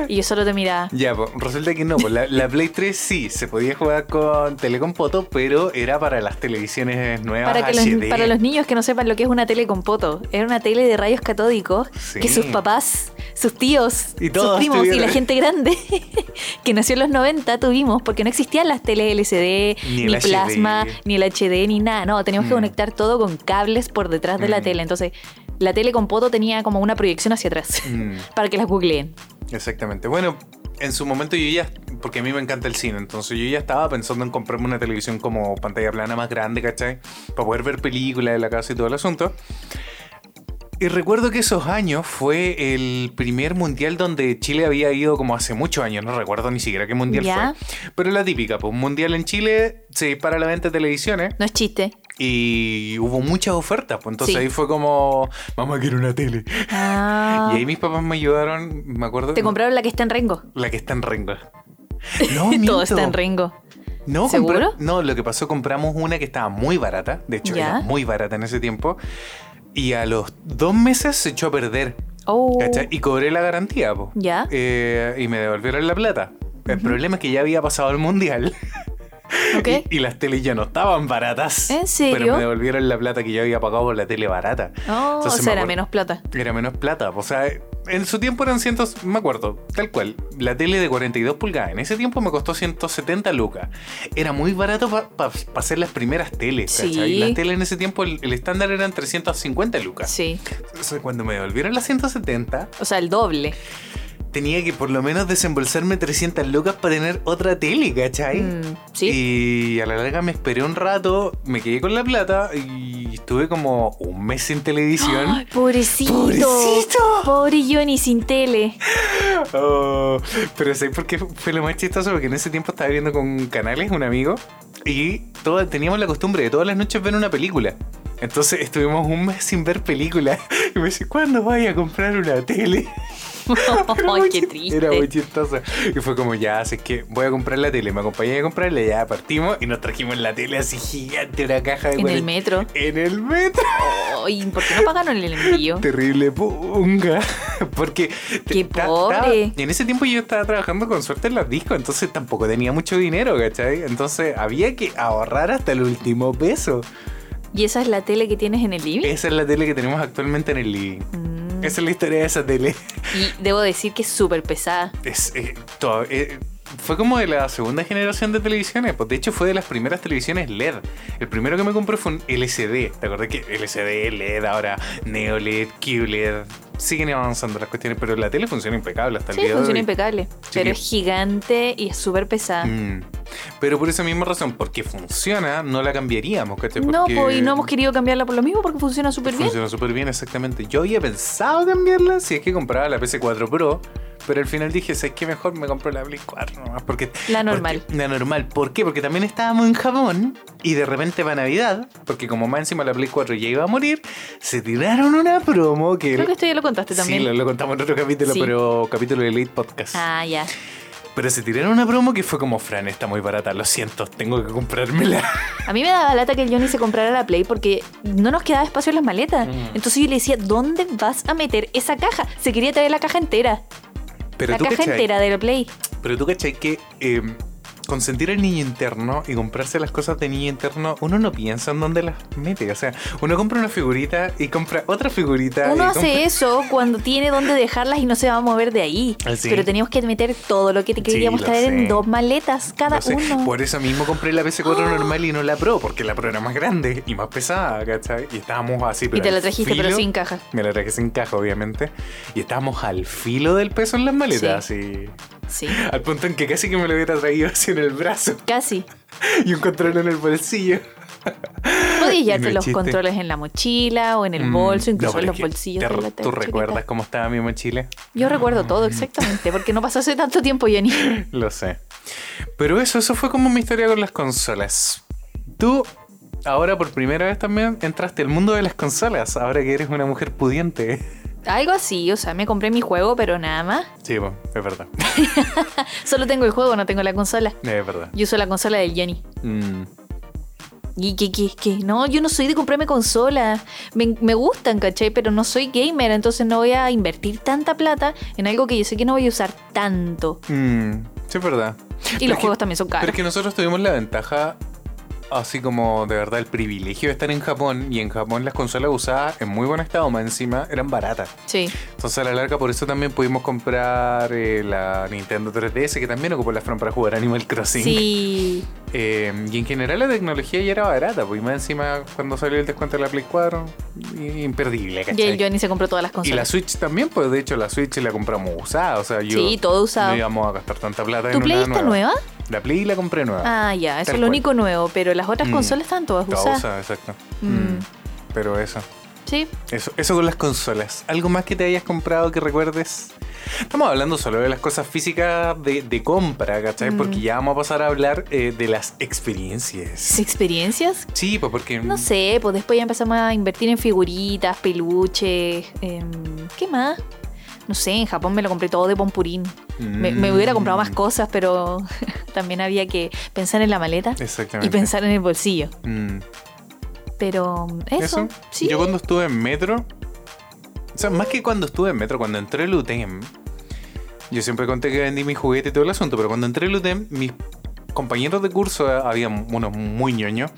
Y yo solo te miraba. Ya, po, resulta que no, po, la, la Play 3 sí, se podía jugar con tele con poto, pero era para las televisiones nuevas Para, que los, HD. para los niños que no sepan lo que es una tele con poto, era una tele de rayos catódicos Sí. que sus papás, sus tíos, Y todos sus primos y la tuvieron. gente grande que nació en los 90 tuvimos, porque no existían las teles LCD, Ni ni, el HD. plasma, ni el HD, ni nada. No, teníamos que Mm. conectar todo con cables por detrás de Mm. la tele. Entonces, la tele con poto tenía como una proyección hacia atrás, Mm. para que las googleen. Exactamente. Bueno, en su momento yo ya, porque a mí me encanta el cine, entonces yo ya estaba pensando en comprarme una televisión como pantalla plana más grande, ¿cachai? Para poder ver películas de la casa y todo el asunto. Y recuerdo que esos años fue el primer mundial donde Chile había ido como hace muchos años, no recuerdo ni siquiera qué mundial Ya. fue. Pero la típica, pues un mundial en Chile se dispara la venta de televisiones No es chiste. y hubo muchas ofertas, pues entonces Sí. ahí fue como, mamá quiero una tele. Ah, Y ahí mis papás me ayudaron, me acuerdo. Te compraron la que está en Rengo. La que está en Rengo. No, miento. Todo está en Rengo. No, ¿Seguro? compra- No, lo que pasó, compramos una que estaba muy barata. De hecho, Ya. era muy barata en ese tiempo. Y a los dos meses se echó a perder. Oh. ¿cachai? Y cobré la garantía, po. Ya. Eh, y me devolvieron la plata. El problema es que ya había pasado el mundial. Ok. Y, y las teles ya no estaban baratas. ¿En Pero serio? me devolvieron la plata que yo había pagado por la tele barata. Oh, Entonces o me sea, era acuerdo- menos plata. Era menos plata, o sea, en su tiempo eran cientos, me acuerdo, tal cual, la tele de 42 pulgadas, en ese tiempo me costó 170 lucas. Era muy barato para hacer las primeras teles, Sí. ¿cachai? Las teles en ese tiempo, el, el estándar eran 350 lucas. Sí. Entonces, cuando me devolvieron las 170, O sea, el doble. tenía que por lo menos desembolsarme 300 lucas para tener otra tele, ¿cachai? Mm, sí. Y a la larga me esperé un rato, me quedé con la plata y estuve como un mes sin televisión. Ay, pobrecito. Pobrecito. Pobre Johnny sin tele. Oh, pero sé por qué fue lo más chistoso, porque en ese tiempo estaba viendo con canales un amigo y toda- teníamos la costumbre de todas las noches ver una película. Entonces estuvimos un mes sin ver película. Y me dice, ¿cuándo vaya a comprar una tele? Era Ay, muy qué chist- Era muy triste. chistoso. Y fue como, ya, así que voy a comprar la tele. Me acompañé a comprarla, ya partimos y nos trajimos la tele así gigante, una caja de... En el cuarenta- metro. En el metro. Ay, ¿por qué no pagaron el envío? Terrible punga. Porque. te- Qué ta- pobre. estaba- en ese tiempo yo estaba trabajando con suerte en las discos, entonces tampoco tenía mucho dinero, ¿cachai? Entonces había que ahorrar hasta el último peso. ¿Y esa es la tele que tienes en el living? Esa es la tele que tenemos actualmente en el living. Mm. Esa es la historia de esa tele. Y debo decir que es súper pesada. Es, eh, to- eh, fue como de la segunda generación de televisiones. Pues de hecho fue de las primeras televisiones LED. El primero que me compré fue un LCD. ¿Te acordás que LCD, LED, E ahora NeoLED, QLED? Siguen avanzando las cuestiones, pero la tele funciona impecable hasta el Sí, día de funciona hoy. impecable. Pero es gigante y es súper pesada. Mm. Pero por esa misma razón, porque funciona, no la cambiaríamos, ¿cachai? No, Porque pues, y no hemos querido cambiarla por lo mismo porque funciona súper bien. Funciona súper bien, exactamente. Yo había pensado cambiarla si es que compraba la PS4 Pro, Pero al final dije, ¿sabes qué mejor? Me compro la Play 4 nomás. Porque, La normal. porque- la normal. ¿Por qué? Porque también estábamos en Japón y de repente va Navidad, porque como más encima la Play 4 ya iba a morir, se tiraron una promo que... Creo que esto ya lo contaste también. Sí, lo, lo contamos en otro capítulo, Sí. pero capítulo de Elite Podcast. Ah, ya. Pero se tiraron una promo que fue como, Fran, está muy barata, lo siento, tengo que comprármela. A mí me daba lata que el Johnny se comprara la Play porque no nos quedaba espacio en las maletas. Mm. Entonces yo le decía, ¿dónde vas a meter esa caja? Se quería traer la caja entera. Pero la tú, caja cachai, entera de la Play. pero tú cachai que eh, consentir al niño interno y comprarse las cosas de niño interno, uno no piensa en dónde las mete. O sea, uno compra una figurita y compra otra figurita. Uno y hace compra- eso cuando tiene dónde dejarlas y no se va a mover de ahí. Ah, sí. Pero teníamos que meter todo lo que te queríamos lo sé. traer en dos maletas cada No sé, uno. Ah. Por eso mismo compré la PC4 normal y no la Pro, porque la Pro era más grande y más pesada, ¿cachai? Y estábamos así, pero Y te al la trajiste, pero filo- sin caja. Me la traje sin caja, obviamente. Y estábamos al filo del peso en las maletas, así. Sí. Al punto en que casi que me lo hubiera traído así en el brazo Casi. y un control en el bolsillo. Podías Y llevarte no los existe. controles en la mochila o en el Mm, bolso, no, incluso pero en es los que bolsillos. te- de la ¿Tú tarjeta. recuerdas cómo estaba mi mochila? Yo recuerdo todo exactamente, porque no pasó hace tanto tiempo, Johnny. Lo sé. Pero eso, eso fue como mi historia con las consolas. Tú, ahora por primera vez también entraste al mundo de las consolas, ahora que eres una mujer pudiente. Algo así, o sea, me compré mi juego, pero nada más. Sí, bueno, es verdad. Solo tengo el juego, no tengo la consola. Es verdad. Yo uso la consola del Johnny. Mm. ¿Y qué, qué, qué? No, yo no soy de comprarme consolas. Me, me gustan, ¿cachai? Pero no soy gamer, entonces no voy a invertir tanta plata en algo que yo sé que no voy a usar tanto. Mm. Sí, es verdad. Y Pero es los juegos que- también son Pero caros. es que nosotros tuvimos la ventaja, así como de verdad el privilegio de estar en Japón, y en Japón las consolas usadas en muy buen estado, más encima, eran baratas. Sí, Entonces a la larga por eso también pudimos comprar eh, la Nintendo 3DS, que también ocupó la Fran para jugar Animal Crossing. sí. Eh, y en general la tecnología ya era barata, pues y más encima cuando salió el descuento de la Play 4, i- imperdible, Y el ¿cachai? Johnny se compró todas las Y la consolas. Switch también, pues de hecho la Switch la compramos usada, o sea, yo Sí, todo no usado. íbamos a gastar tanta plata ¿Tu en Play una está nueva. nueva? La Play la compré nueva. Ah, ya, eso Tal es lo cual. único nuevo, pero las otras Mm. consolas están todas Toda usadas. usada, exacto. Mm. Mm. Pero eso. Sí, Eso, eso con las consolas. ¿Algo más que te hayas comprado que recuerdes? Estamos hablando solo de las cosas físicas de, de compra, ¿cachai? Mm. Porque ya vamos a pasar a hablar eh, de las experiencias. experiencias. Sí, pues porque... No sé, pues después ya empezamos a invertir en figuritas, peluches, em, ¿qué más? No sé, en Japón me lo compré todo de pompurín. Me, me hubiera comprado más Mm, cosas, pero también había que pensar en la maleta Exactamente. y pensar en el bolsillo. Mm. Pero mm, eso, sí. Yo cuando estuve en metro, o sea, más que cuando estuve en metro, cuando entré al UTEM, yo siempre conté que vendí mi juguete y todo el asunto, pero cuando entré al UTEM, mis compañeros de curso, eh, habían unos muy ñoños,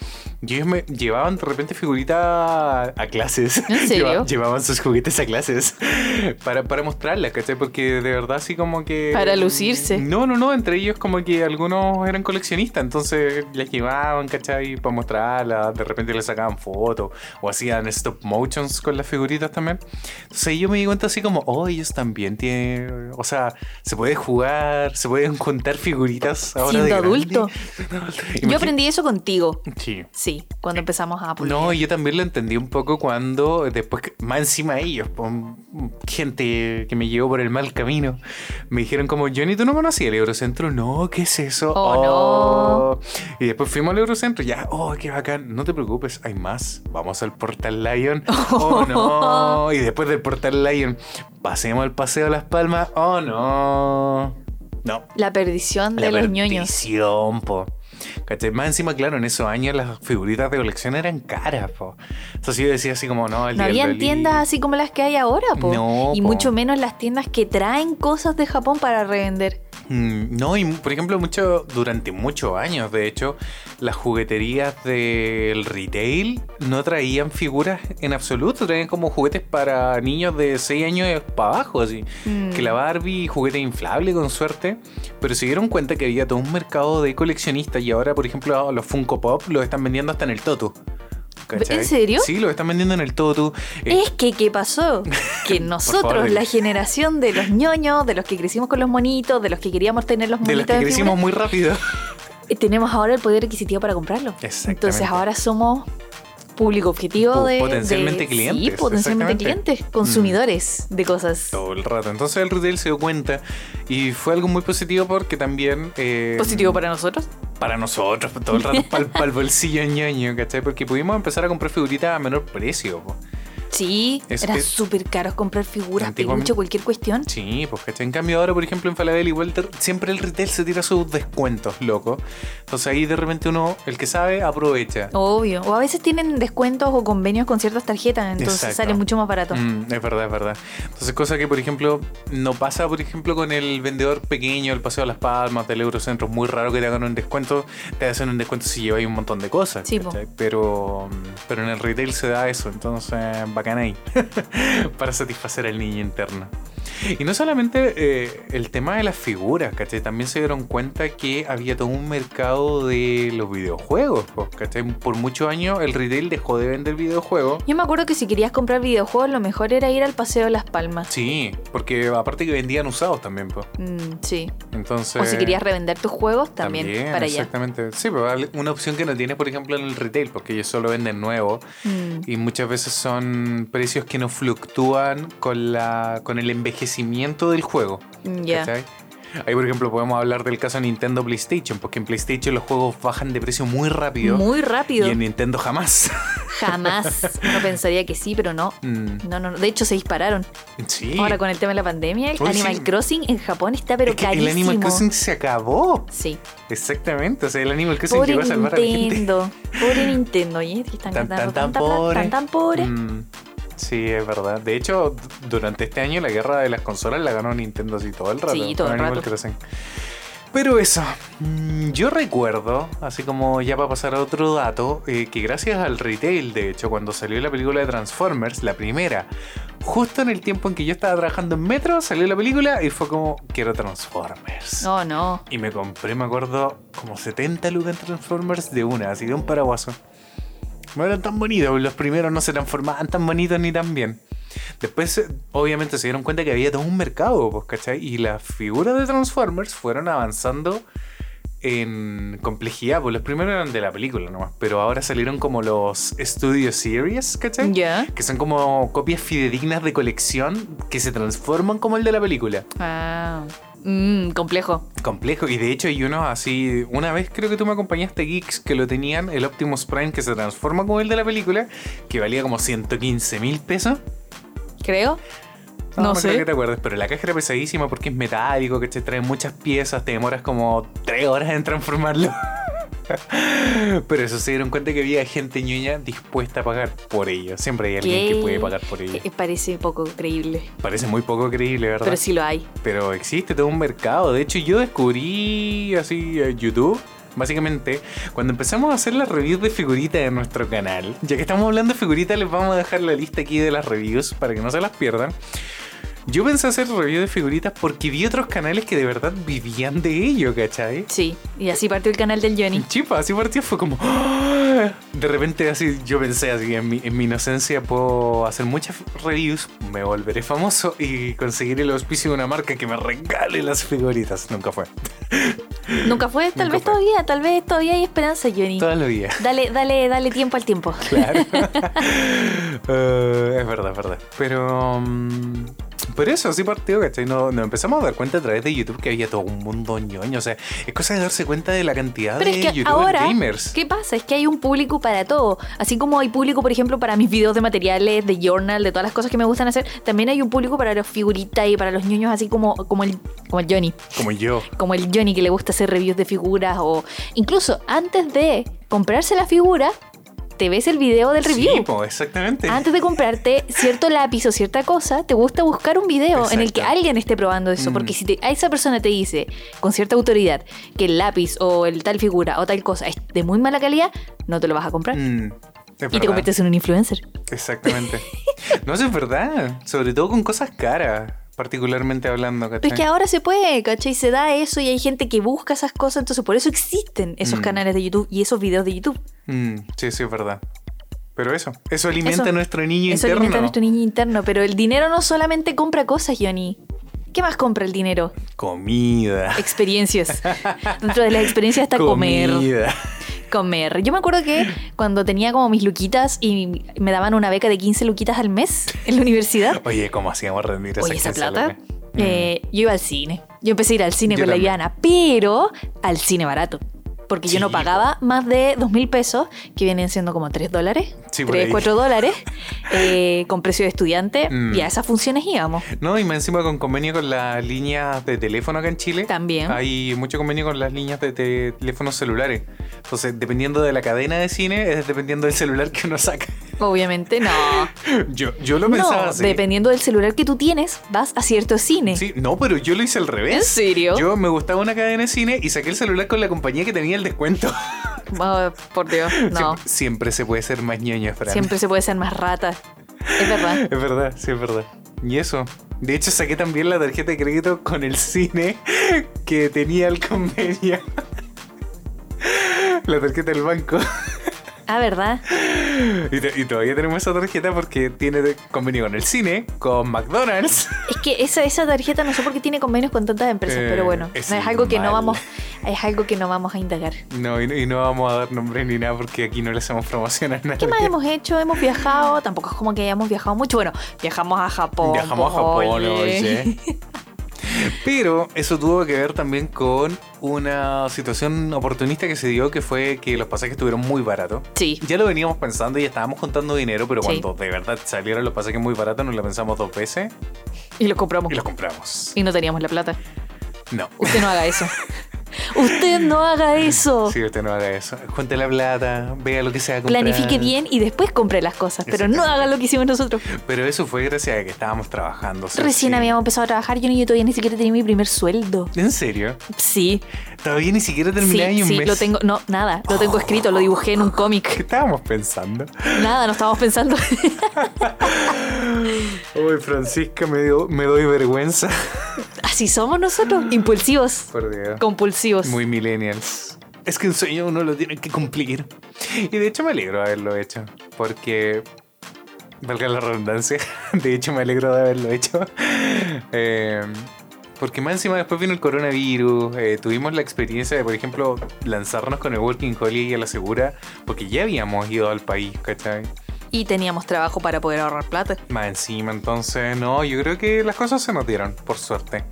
y ellos me llevaban de repente figuritas a, a clases. ¿En serio? Lleva- llevaban sus juguetes a clases para, para mostrarlas, ¿cachai? Porque de verdad así como que... mm, Para lucirse. No, no, no, entre ellos como que algunos eran coleccionistas, entonces las llevaban, ¿cachai? Para mostrarlas, de repente le sacaban fotos o hacían stop motions con las figuritas también. Entonces ahí yo me di cuenta así como, oh, ellos también tienen, o sea, se puede jugar, se pueden juntar figuritas ahora Siendo de grande. adulto. Imagín- Yo aprendí eso contigo. Sí. Sí, cuando empezamos Ah, a pulir. No, y yo también lo entendí un poco cuando después, que- más encima de ellos, po, m- gente que me llevó por el mal camino, me dijeron como, Johnny, ¿tú no conocías el Eurocentro? No, ¿qué es eso? Oh, no. Y después fuimos al Eurocentro, ya, oh, qué bacán, no te preocupes, hay más, vamos al Portal Lion, oh no, y después del Portal Lion, pasemos al Paseo de las Palmas, oh no, no, La perdición de los ñoños. perdición, po. ¿Cachai? Más encima, claro, en esos años las figuritas de colección eran caras, po. Entonces yo decía así como, no, el día No del habían Loli- tiendas así como las que hay ahora, po. No, y po. mucho menos las tiendas que traen cosas de Japón para revender. Mm, No, y por ejemplo, mucho, durante muchos años, de hecho, las jugueterías del retail no traían figuras en absoluto, traían como juguetes para niños de 6 años para abajo, así. Mm. que la Barbie, juguete inflable con suerte, pero se dieron cuenta que había todo un mercado de coleccionistas y ahora, por ejemplo, los Funko Pop los están vendiendo hasta en el Toto. ¿Cachai? ¿En serio? Sí, los están vendiendo en el Toto. Eh, Es que, ¿qué pasó? Que nosotros, favor, la dime. generación de los ñoños, de los que crecimos con los monitos, de los que queríamos tener los de monitos, los que de crecimos muy rápido. figura, tenemos ahora el poder adquisitivo para comprarlo. Exactamente. Entonces ahora somos público objetivo Po- de... potencialmente de- Sí, clientes, potencialmente exactamente. Mm. clientes, consumidores de cosas. todo el rato. Entonces el retail se dio cuenta y fue algo muy positivo porque también... eh, Positivo para nosotros. para nosotros, todo el rato, para el bolsillo ñoño, ¿cachai? Porque pudimos empezar a comprar figuritas a menor precio. po. Sí, Es era que- súper caro comprar figuras, Antiguamente- peluche, cualquier cuestión. Sí, pues ¿cachai? En cambio ahora, por ejemplo, en Falabella y Walter, siempre el retail se tira sus descuentos, loco. Entonces ahí de repente uno, el que sabe, aprovecha. Obvio. O a veces tienen descuentos o convenios con ciertas tarjetas, entonces Exacto. sale mucho más barato. Mm, es verdad, es verdad. Entonces, cosa que, por ejemplo, no pasa, por ejemplo, con el vendedor pequeño, el Paseo de las Palmas, del Eurocentro. Es muy raro que te hagan un descuento. Te hacen un descuento si lleváis un montón de cosas. Sí, po. ¿cachai? pero, pero en el retail se da eso. Entonces, bacán ahí. Para satisfacer al niño interno. Y no solamente eh, el tema de las figuras, ¿cachai? También se dieron cuenta que había todo un mercado de los videojuegos, po, ¿cachai? Por muchos años el retail dejó de vender videojuegos Yo me acuerdo que si querías comprar videojuegos, lo mejor era ir al Paseo de las Palmas. Sí, porque aparte que vendían usados también, pues. Mm, sí. Entonces. O si querías revender tus juegos, también, para allá. Exactamente. Sí, pero vale, una opción que no tienes, por ejemplo, en el retail, porque ellos solo venden nuevo Mm. y muchas veces son precios que no fluctúan con la con el envejecimiento del juego. Ya. ¿cachai? Ahí, por ejemplo, podemos hablar del caso de Nintendo PlayStation, porque en PlayStation los juegos bajan de precio muy rápido Muy y rápido. en Nintendo jamás. Jamás. Uno pensaría que sí, pero no. Mm, No, no, no. De hecho, se dispararon. sí. Ahora con el tema de la pandemia, el Uy, Animal sí. Crossing en Japón está pero Es que carísimo. el Animal Crossing se acabó. Sí. Exactamente, o sea, el Animal Crossing Pobre llegó a salvar a la gente. Nintendo. Pobre Nintendo, oye, que están Tan, tan, gastando tan tanta plata, pobre. tan, tan pobre. Mm, sí, es verdad. De hecho, d- durante este año la guerra de las consolas la ganó Nintendo así todo el rato. Sí, todo con el Animal rato. Crossing. Pero eso, mm, yo recuerdo, así como ya para pasar a otro dato, eh, que gracias al retail, de hecho, cuando salió la película de Transformers, la primera, justo en el tiempo en que yo estaba trabajando en Metro, salió la película y fue como, quiero Transformers. No, no. Y me compré, me acuerdo, como 70 lucas en Transformers de una, así de un paraguaso. No eran tan bonitos, los primeros no se transformaban tan bonitos ni tan bien. Después, eh, obviamente, se dieron cuenta que había todo un mercado, pues, ¿cachai? Y las figuras de Transformers fueron avanzando en complejidad, pues los primeros eran de la película nomás, pero ahora salieron como los Studio Series, ¿cachai? Ya. Que son como copias fidedignas de colección que se transforman como el de la película Ah. Mm, complejo. complejo. Y de hecho hay uno así, una vez creo que tú me acompañaste Geeks, que lo tenían, el Optimus Prime que se transforma como el de la película, que valía como 115 mil pesos. Creo. No me creo sé. que te acuerdes, pero la caja era pesadísima porque es metálico, que te trae muchas piezas, te demoras como 3 horas en transformarlo. Pero eso se dieron cuenta que había gente ñoña dispuesta a pagar por ello. Siempre hay alguien ¿Qué? que puede pagar por ello. Eh, Parece poco creíble. Parece muy poco creíble, ¿verdad? Pero sí lo hay. Pero existe todo un mercado. De hecho, yo descubrí así eh, YouTube. Básicamente, cuando empezamos a hacer las reviews de figuritas de nuestro canal, ya que estamos hablando de figuritas, les vamos a dejar la lista aquí de las reviews para que no se las pierdan. Yo pensé hacer reviews de figuritas porque vi otros canales que de verdad vivían de ello, ¿cachai? Sí. Y así partió el canal del Johnny. Chipa, así partió, fue como. ¡ah! De repente, así yo pensé, así en mi, en mi inocencia, puedo hacer muchas reviews, me volveré famoso y conseguiré el auspicio de una marca que me regale las figuritas. Nunca fue. Nunca fue, tal Nunca vez fue. todavía, tal vez todavía hay esperanza, Johnny. Toda la vida. Dale, dale, dale tiempo al tiempo. Claro. Eh, es verdad, es verdad. Pero. mm, pero eso, así partió, ¿cachai? Nos, nos empezamos a dar cuenta a través de YouTube que había todo un mundo ñoño. O sea, es cosa de darse cuenta de la cantidad Pero de es que YouTubers ahora, gamers. ¿qué pasa? Es que hay un público para todo. Así como hay público, por ejemplo, para mis videos de materiales, de journal, de todas las cosas que me gustan hacer, también hay un público para los figuritas y para los niños, así como, como, el, como el Johnny. Como yo. Como el Johnny que le gusta hacer reviews de figuras o incluso antes de comprarse la figura, te ves el video del review. Sí, po, exactamente. Antes de comprarte cierto lápiz o cierta cosa, te gusta buscar un video en el que Exacto. alguien esté probando eso. Mm. Porque si te- a esa persona te dice con cierta autoridad que el lápiz o el tal figura o tal cosa es de muy mala calidad, no te lo vas a comprar. Mm, es Y te verdad. conviertes en un influencer. Exactamente. No, eso es verdad. Sobre todo con cosas caras, particularmente hablando. Pero es que ¿cachai? ahora se puede, ¿cachai? Se da eso y hay gente que busca esas cosas, entonces por eso existen esos Mm. canales de YouTube y esos videos de YouTube. Mm, sí, sí, es verdad. Pero eso, eso alimenta Eso- a nuestro niño Eso interno. alimenta a nuestro niño interno, pero el dinero no solamente compra cosas, Johnny. ¿Qué más compra el dinero? Comida. Experiencias. Dentro de las experiencias está comer. Comida. comer. Yo me acuerdo que cuando tenía como mis luquitas y me daban una beca de 15 luquitas al mes en la universidad, Oye, ¿cómo hacíamos rendir Oye, esa 15 plata. lucas? Mm. eh, yo iba al cine. Yo empecé a ir al cine Yo con la también. Ivana, pero al cine barato. Porque yo no Sí, pagaba más de dos mil pesos, que vienen siendo como 3 dólares, Sí, por 3, ahí. 4 dólares, eh, con precio de estudiante, Mm. y a esas funciones íbamos. No, y más encima con convenio con las líneas de teléfono acá en Chile. También. Hay mucho convenio con las líneas de te- teléfonos celulares. Entonces, dependiendo de la cadena de cine, es dependiendo del celular que uno saca. Obviamente no. Yo, yo lo pensaba No, así. dependiendo del celular que tú tienes, vas a cierto cine. Sí, no, pero yo lo hice al revés. ¿En serio? Yo me gustaba una cadena de cine y saqué el celular con la compañía que tenía el descuento. Oh, por Dios, no. Siempre, siempre se puede ser más ñoño, Fran. Siempre se puede ser más rata. Es verdad. Es verdad, sí, es verdad. Y eso. De hecho, saqué también la tarjeta de crédito con el cine que tenía el convenio. La tarjeta del banco. Ah, ¿verdad? Y, to- y todavía tenemos esa tarjeta porque tiene de- convenio con el cine, con McDonald's. Es que esa, esa tarjeta no sé por qué tiene convenios con tantas empresas, Eh, pero bueno, es no es algo que no mal. vamos, es algo que no vamos a indagar. No, y, no- y no vamos a dar nombres ni nada porque aquí no le hacemos promoción a nadie. ¿Qué más hemos hecho? Hemos viajado, tampoco es como que hayamos viajado mucho. Bueno, viajamos a Japón. Viajamos a pues, Japón, oye. Pero eso tuvo que ver también con una situación oportunista que se dio, que fue que los pasajes estuvieron muy baratos. Sí, Ya lo veníamos pensando y estábamos juntando dinero, pero Sí. cuando de verdad salieron los pasajes muy baratos, nos la pensamos dos veces y lo compramos. y los compramos. Y no teníamos la plata. No. Usted no haga eso. Usted no haga eso. Si usted no haga eso, cuente la plata, vea lo que se va a comprar. Planifique bien y después compre las cosas, pero no haga lo que hicimos nosotros. Pero eso fue gracias a que estábamos trabajando. sí, Recién sí. habíamos empezado a trabajar, yo, ni, yo todavía ni siquiera tenía mi primer sueldo. ¿En serio? Sí, Todavía ni siquiera sí, terminé ahí un sí, mes. Oh. lo tengo, no, nada, lo tengo escrito, lo dibujé en un ¿Qué cómic. estábamos pensando? Nada, no estábamos pensando. Uy, Francisca, me, dio- me doy vergüenza. Así somos nosotros, impulsivos, Por Dios. compulsivos. Muy millennials. Es que un sueño uno lo tiene que cumplir. Y de hecho me alegro de haberlo hecho. Porque, valga la redundancia, de hecho me alegro de haberlo hecho. Eh, porque más encima después vino el coronavirus. eh, tuvimos la experiencia de, por ejemplo, lanzarnos con el Working Holiday a la segura. Porque ya habíamos ido al país, ¿cachai? Y teníamos trabajo para poder ahorrar plata. Más encima, entonces, no, yo creo que las cosas se nos dieron, por suerte.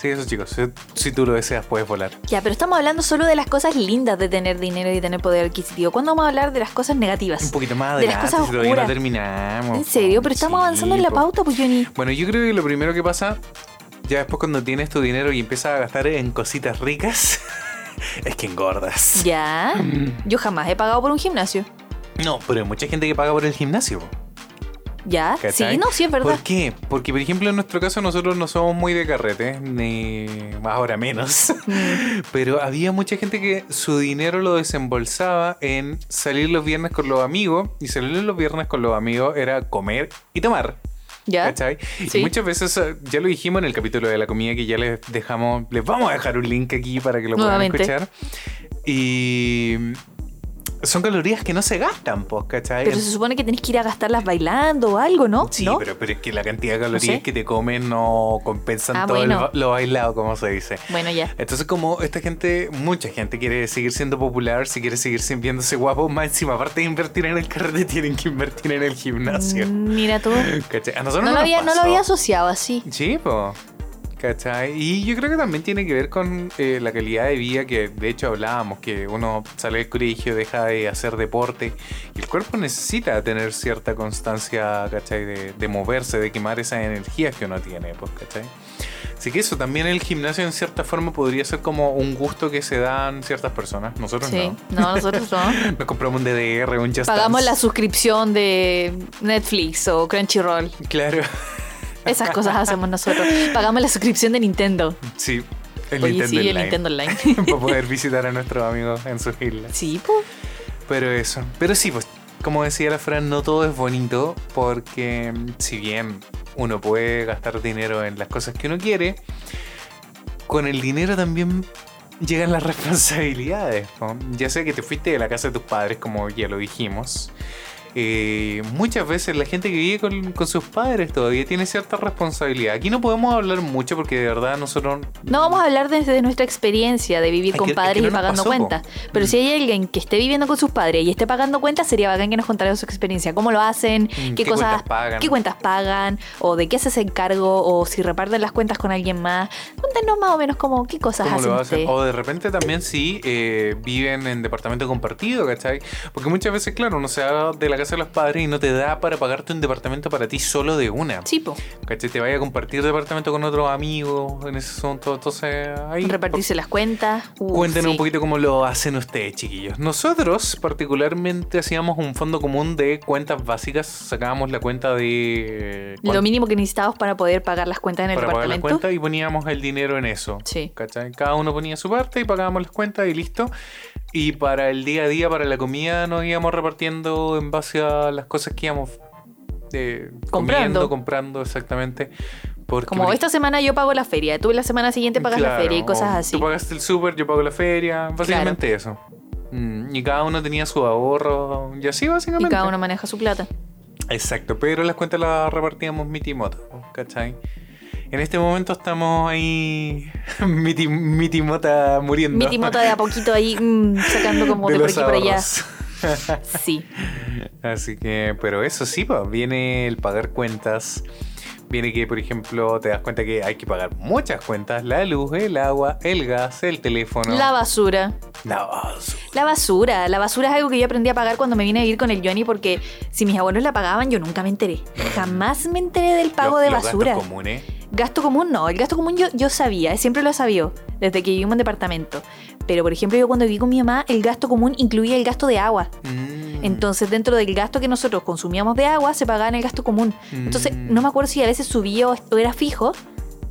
Sí, eso chicos, si- si tú lo deseas puedes volar. Ya, pero estamos hablando solo de las cosas lindas de tener dinero y tener poder adquisitivo. ¿Cuándo vamos a hablar de las cosas Un negativas? poquito más De las adelante, cosas si todavía no oscuras. terminamos. ¿En serio? Pero po. estamos Sí, avanzando en la po. pauta, pues Johnny. Bueno, yo creo que lo primero que pasa, ya después cuando tienes tu dinero y empiezas a gastar en cositas ricas, es que engordas. Ya. Mm. Yo jamás he pagado por un gimnasio. No, pero hay mucha gente que paga por el gimnasio. Ya. ¿Cachai? Sí, no, sí es verdad. ¿Por qué? Porque, por ejemplo, en nuestro caso nosotros no somos muy de carrete, ni más ahora menos. Mm, Pero había mucha gente que su dinero lo desembolsaba en salir los viernes con los amigos. Y salir los viernes con los amigos era comer y tomar. Ya. ¿Cachai? Y Sí. muchas veces eh, ya lo dijimos en el capítulo de la comida que ya les dejamos. Les vamos a dejar un link aquí para que lo puedan Nuevamente. escuchar. Y. Son calorías que no se gastan, pues, ¿cachai? Pero se supone que tenés que ir a gastarlas bailando o algo, ¿no? Sí, ¿No? pero, pero es que la cantidad de calorías sé. que te comen no compensan Ah, todo el bueno. ba- lo bailado, como se dice. Bueno, ya. Entonces, como esta gente, mucha gente quiere seguir siendo popular, si quiere seguir sin- viéndose guapo, más encima, aparte de invertir en el carrete, tienen que invertir en el gimnasio. Mm, Mira tú. ¿Cachai? A nosotros No lo, nos había, no lo pasó. había asociado así. Sí, po. ¿Cachai? Y yo creo que también tiene que ver con eh, la calidad de vida que de hecho hablábamos, que uno sale del colegio, deja de hacer deporte y el cuerpo necesita tener cierta constancia, ¿cachai? De, de moverse, de quemar esas energías que uno tiene, pues, ¿cachai? Así que eso, también el gimnasio en cierta forma podría ser como un gusto que se dan ciertas personas, nosotros Sí. no. No, nosotros no. Nos compramos un DDR, un Just Pagamos la Dance. suscripción de Netflix o Crunchyroll. Claro, Esas cosas hacemos nosotros. Pagamos la suscripción de Nintendo. sí. El Oye, Nintendo sí, el Online. Nintendo Online. para poder visitar a nuestros amigos en sus islas. sí, pues. Pero eso. Pero sí, pues, como decía la Fran, no todo es bonito porque mm, si bien uno puede gastar dinero en las cosas que uno quiere, con el dinero también llegan las responsabilidades. ¿no? Ya sea que te fuiste de la casa de tus padres, como ya lo dijimos, eh, muchas veces la gente que vive con, con sus padres todavía tiene cierta responsabilidad. Aquí no podemos hablar mucho porque de verdad nosotros No vamos a hablar desde nuestra experiencia de vivir Ay, con que- padres que no y nos pagando pasó, po. cuentas. Pero si hay alguien que esté viviendo con sus padres y esté pagando cuentas, sería bacán que nos contara su experiencia. ¿Cómo lo hacen? Mm, ¿Qué, qué cosas cuentas pagan. ¿Qué cuentas pagan? ¿O de qué haces encargo? ¿O si reparten las cuentas con alguien más? Cuéntanos más o menos cómo, qué cosas ¿Cómo hacen lo hacen? ustedes. O de repente también sí eh, viven en departamento compartido, ¿cachai? Porque muchas veces, claro, uno se va de la casa de los padres y no te da para pagarte un departamento para ti solo de una. Sí, po. ¿Cachai? Te vaya a compartir departamento con otros amigos en ese asunto. Entonces, ahí. Repartirse las cuentas. Uh, Cuéntenos sí. un poquito cómo lo hacen ustedes, chiquillos. Nosotros, particularmente, hacíamos un fondo común de cuentas básicas. Sacábamos la cuenta de. eh, Lo mínimo que necesitábamos para poder pagar las cuentas en el para pagar las departamento. cuentas y poníamos el dinero en eso. Sí. ¿cachai? Cada uno ponía su parte y pagábamos las cuentas y listo. Y para el día a día, para la comida, nos íbamos repartiendo en base a las cosas que íbamos eh, Comprando. comiendo, comprando, exactamente. Porque, Como por esta semana yo pago la feria, tú la semana siguiente pagas la Claro, feria y cosas o así. Tú pagaste el súper, yo pago la feria, básicamente eso. Mm, Y cada uno tenía su ahorro y así Y básicamente. cada uno maneja su plata. Exacto, pero las cuentas las repartíamos miti y mota, ¿cachai? En este momento estamos ahí miti, miti mota muriendo. Mi timota de a poquito ahí mm, sacando como de, por los aquí por allá. ahorros. Sí. Así que, pero eso sí, pa, viene el pagar cuentas. Viene que, por ejemplo, te das cuenta que hay que pagar muchas cuentas: la luz, el agua, el gas, el teléfono. La basura. la basura. La basura. La basura es algo que yo aprendí a pagar cuando me vine a vivir con el Johnny porque si mis abuelos la pagaban yo nunca me enteré. Jamás me enteré del pago Los- de los gastos basura. comunes. Gasto común no, el gasto común yo, yo sabía, siempre lo sabía, desde que vivimos en departamento. Pero por ejemplo yo cuando viví con mi mamá, el gasto común incluía el gasto de agua. Mm. Entonces dentro del gasto que nosotros consumíamos de agua se pagaba en el gasto común. Entonces Mm. no me acuerdo si a veces subía o est- o era fijo,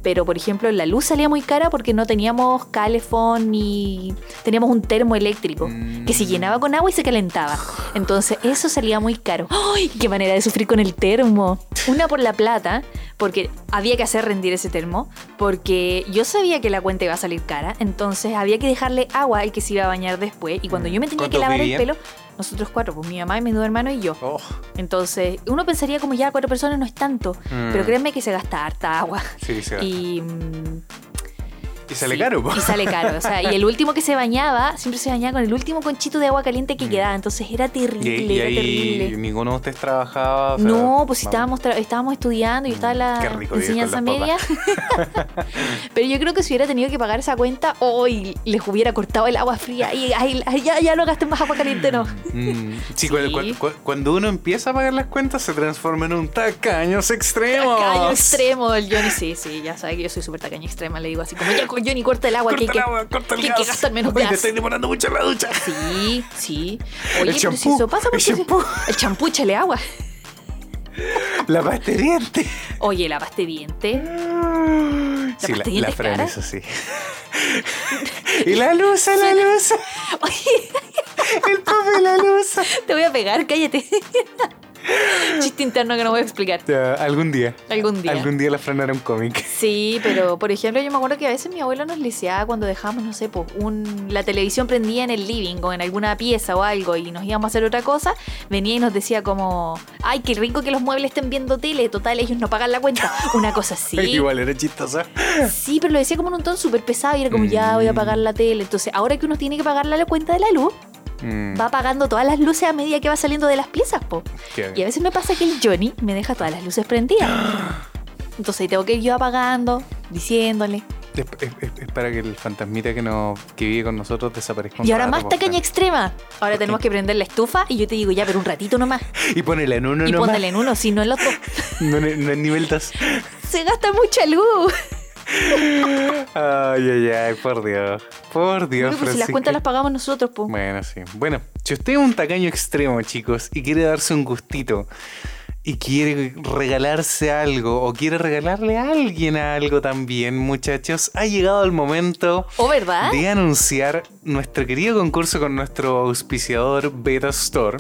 pero por ejemplo la luz salía muy cara porque no teníamos calefón ni teníamos un termo eléctrico Mm. que se llenaba con agua y se calentaba. Entonces eso salía muy caro. ¡Ay! ¡Qué manera de sufrir con el termo! Una por la plata, porque había que hacer rendir ese termo, porque yo sabía que la cuenta iba a salir cara, entonces había que dejarle agua al que se iba a bañar después. Y cuando yo me tenía que Mm. ¿Cuántos lavar vivían? el pelo, nosotros cuatro, pues mi mamá y mis dos hermanos y yo. Oh. Entonces, uno pensaría como ya cuatro personas no es tanto, Mm. pero créanme que se gasta harta agua. Sí, se va. Y, Y, mm, sale sí, caro, po. Y sale caro. O sea, y el último que se bañaba, siempre se bañaba con el último conchito de agua caliente que Mm. quedaba. Entonces era terrible, Y, y era ahí terrible. ninguno de ustedes trabajaba. o sea, No, pues si vamos. estábamos, tra- estábamos estudiando y Mm, estaba la qué rico vivir con enseñanza los media. Pero yo creo que si hubiera tenido que pagar esa cuenta, hoy les hubiera cortado el agua fría. Y ay, ay, ya, ya no gasten más agua caliente, no. Mm, sí, Sí. cu- cu- cu- cuando uno empieza a pagar las cuentas se transforma en un tacaños extremos. Tacaño extremo, el Johnny. Sí, sí, ya sabe que yo soy súper tacaño extrema. Le digo así como, ya co- Johnny, corta el agua. Corta que, hay el que- agua, corta el que hay gas. que gastar menos Oye, gas. te estoy demorando mucho en la ducha. Sí, sí. Oye, El pero si champú, eso pasa, el porque champú. el champú, échale agua. La pasta de dientes. Oye, lavaste Sí, dientes. la, pasta de dientes la Fran cara. es así. y la luz, la luz. Oye, El papel, la luz. te voy a pegar, cállate. Chiste interno que no voy a explicar. Ya, algún día. Algún día. Algún día la Fran era un cómic. Sí, pero por ejemplo, yo me acuerdo que a veces mi abuela nos liceaba cuando dejábamos, no sé, po, un, la televisión prendía en el living o en alguna pieza o algo y nos íbamos a hacer otra cosa, venía y nos decía como, ay, qué rico que los muebles estén viendo tele, total, ellos no pagan la cuenta. Una cosa así. Igual era chistosa. Sí, pero lo decía como en un tono súper pesado y era como, ya voy a pagar la tele. Entonces, ahora que uno tiene que pagar la cuenta de la luz, Mm, va apagando todas las luces a medida que va saliendo de las piezas, po. qué- Y a veces me pasa que el Johnny me deja todas las luces prendidas. Entonces ahí tengo que ir yo apagando, diciéndole. Es, es- es- es para que el fantasmita que, nos, que vive con nosotros desaparezca. un Y ahora rato, más po, tacaña Fran. extrema. Ahora Ok. tenemos que prender la estufa y yo te digo, ya, pero un ratito nomás. Y ponela en uno y nomás. póntale en uno, si no en el otro. No, en- no en nivel 2. Se gasta mucha luz. Ay, ay, ay, por Dios. Por Dios, Pero si las Francisca. cuentas las pagamos nosotros, po. Bueno, sí. Bueno, si usted es un tacaño extremo, chicos, y quiere darse un gustito, y quiere regalarse algo, o quiere regalarle a alguien algo también, muchachos, ha llegado el momento ¿O verdad? de anunciar nuestro querido concurso con nuestro auspiciador Beta Store.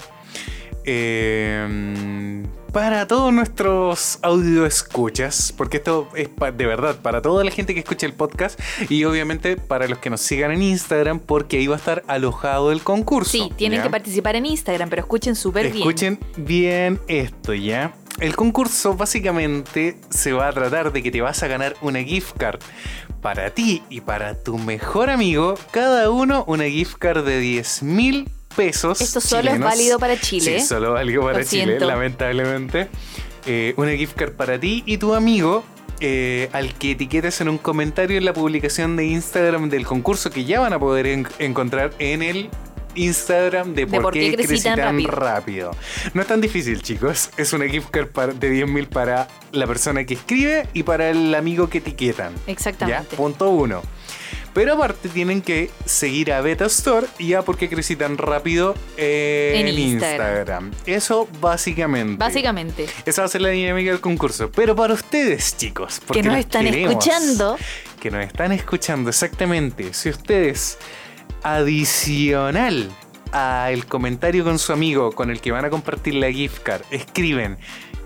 Eh, para todos nuestros audio escuchas, porque esto es pa- de verdad para toda la gente que escucha el podcast y obviamente para los que nos sigan en Instagram, porque ahí va a estar alojado el concurso. Sí, tienen ¿ya? que participar en Instagram, pero escuchen súper bien. Escuchen bien esto, ¿ya? El concurso básicamente se va a tratar de que te vas a ganar una gift card. Para ti y para tu mejor amigo, cada uno una gift card de 10 mil pesos. Esto solo es chilenos. válido para Chile. Sí, solo válido para Lo Chile, siento. lamentablemente. Eh, una gift card para ti y tu amigo. eh, al que etiquetes en un comentario en la publicación de Instagram del concurso que ya van a poder en- encontrar en el Instagram de por, qué, crecí, tan, rápido. No es tan difícil, chicos. Es una gift card para- de 10.000 para la persona que escribe y para el amigo que etiquetan. ¿Ya? Exactamente. Punto uno. Pero aparte tienen que seguir a Beta Store y a por qué crecí tan rápido eh, en, En Instagram. Instagram. Eso básicamente. Básicamente. Esa va a ser la dinámica del concurso. Pero para ustedes, chicos. porque Que nos los están queremos escuchando. que nos están escuchando exactamente, si ustedes adicional al comentario con su amigo con el que van a compartir la gift card, escriben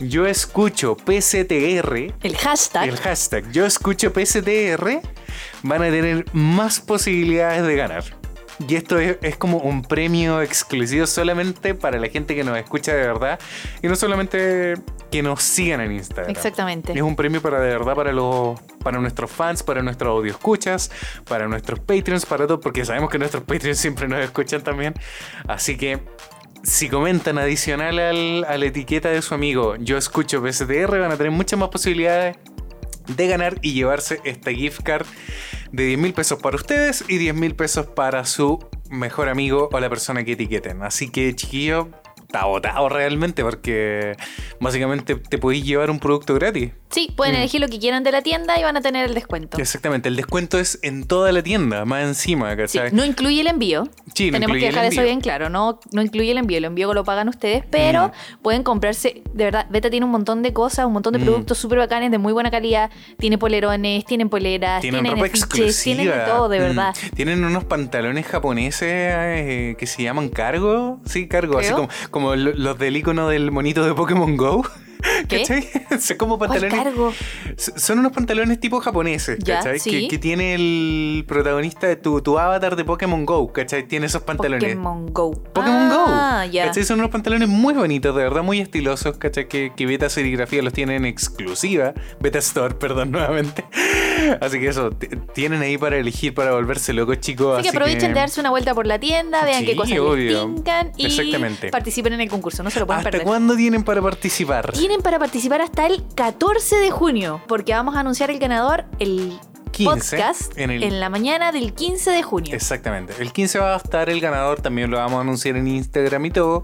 yo escucho PCTR, El hashtag. el hashtag yo escucho PCTR, van a tener más posibilidades de ganar. Y esto es, es como un premio exclusivo solamente para la gente que nos escucha de verdad y no solamente que nos sigan en Instagram. Exactamente. Es un premio para de verdad para los para nuestros fans, para nuestros audio escuchas, para nuestros Patreons, para todo, porque sabemos que nuestros Patreons siempre nos escuchan también. Así que si comentan adicional al- a la etiqueta de su amigo, yo escucho PSTR, van a tener muchas más posibilidades de ganar y llevarse esta gift card de 10 mil pesos para ustedes y 10 mil pesos para su mejor amigo o la persona que etiqueten. Así que, chiquillo, está agotado realmente porque básicamente te podéis llevar un producto gratis. Sí, pueden Mm. elegir lo que quieran de la tienda y van a tener el descuento. Exactamente, el descuento es en toda la tienda, más encima, Sí, ¿cachai? no incluye el envío. Sí, no Tenemos incluye que el dejar eso envío. bien claro. No, no incluye el envío. El envío lo pagan ustedes, pero pueden comprarse. De verdad, Beta tiene un montón de cosas, un montón de Mm. productos súper bacanes, de muy buena calidad. Tiene polerones, tienen poleras, Tienen tienen, ropa afiches, exclusiva. tienen de todo, Mm. de verdad. Tienen unos pantalones japoneses eh, que se llaman cargo. Sí, cargo. Así Creo. como, como lo- los del icono del monito de Pokémon Go. ¿Qué? ¿Cachai? Son como ¿Cuál pantalones. cargo? S- Son unos pantalones tipo japoneses, Ya, ¿cachai? sí. Que, que tiene el protagonista de tu, tu avatar de Pokémon Go, ¿cachai? Tiene esos pantalones. Pokémon Go. Pokémon Ah, Go. ya. ¿Cachai? Son unos pantalones muy bonitos, de verdad, muy estilosos, ¿cachai? Que, que Beta Serigrafía los tiene en exclusiva. Beta Store, perdón, nuevamente. Así que eso, t- tienen ahí para elegir, para volverse locos, chicos. Así que aprovechen de darse una vuelta por la tienda, vean Sí, qué cosas obvio. les tincan y Exactamente. participen en el concurso, no se lo pueden ¿Hasta perder. cuándo tienen para participar? Tienen para participar hasta el 14 de junio, porque vamos a anunciar el ganador el 15, podcast en en, el- la mañana del 15 de junio. Exactamente. El 15 va a estar el ganador, también lo vamos a anunciar en Instagram y todo.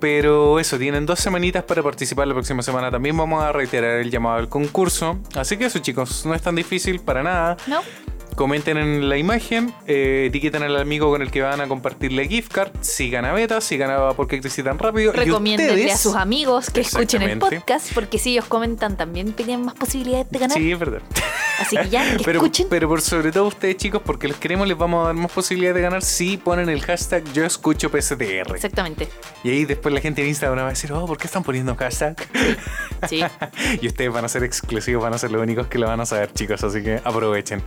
Pero eso, tienen dos semanitas para participar la próxima semana. También vamos a reiterar el llamado al concurso. Así que eso, chicos, no es tan difícil para nada. ¿No? Comenten en la imagen, eh, etiqueten al amigo con el que van a compartir la gift card. Si gana beta, si gana porque crecí tan rápido. Y Recomiéndenle ustedes- a sus amigos que escuchen el Exactamente. podcast, porque si ellos comentan también tienen más posibilidades de ganar. Sí, es verdad. Así que ya, que Pero, escuchen. pero por sobre todo ustedes, chicos, porque los queremos, les vamos a dar más posibilidades de ganar si ponen el hashtag yo escucho PSTR. Exactamente. Y ahí después la gente en Instagram va a decir, oh, ¿por qué están poniendo hashtag? Sí. Y ustedes van a ser exclusivos, van a ser los únicos que lo van a saber, chicos, así que aprovechen.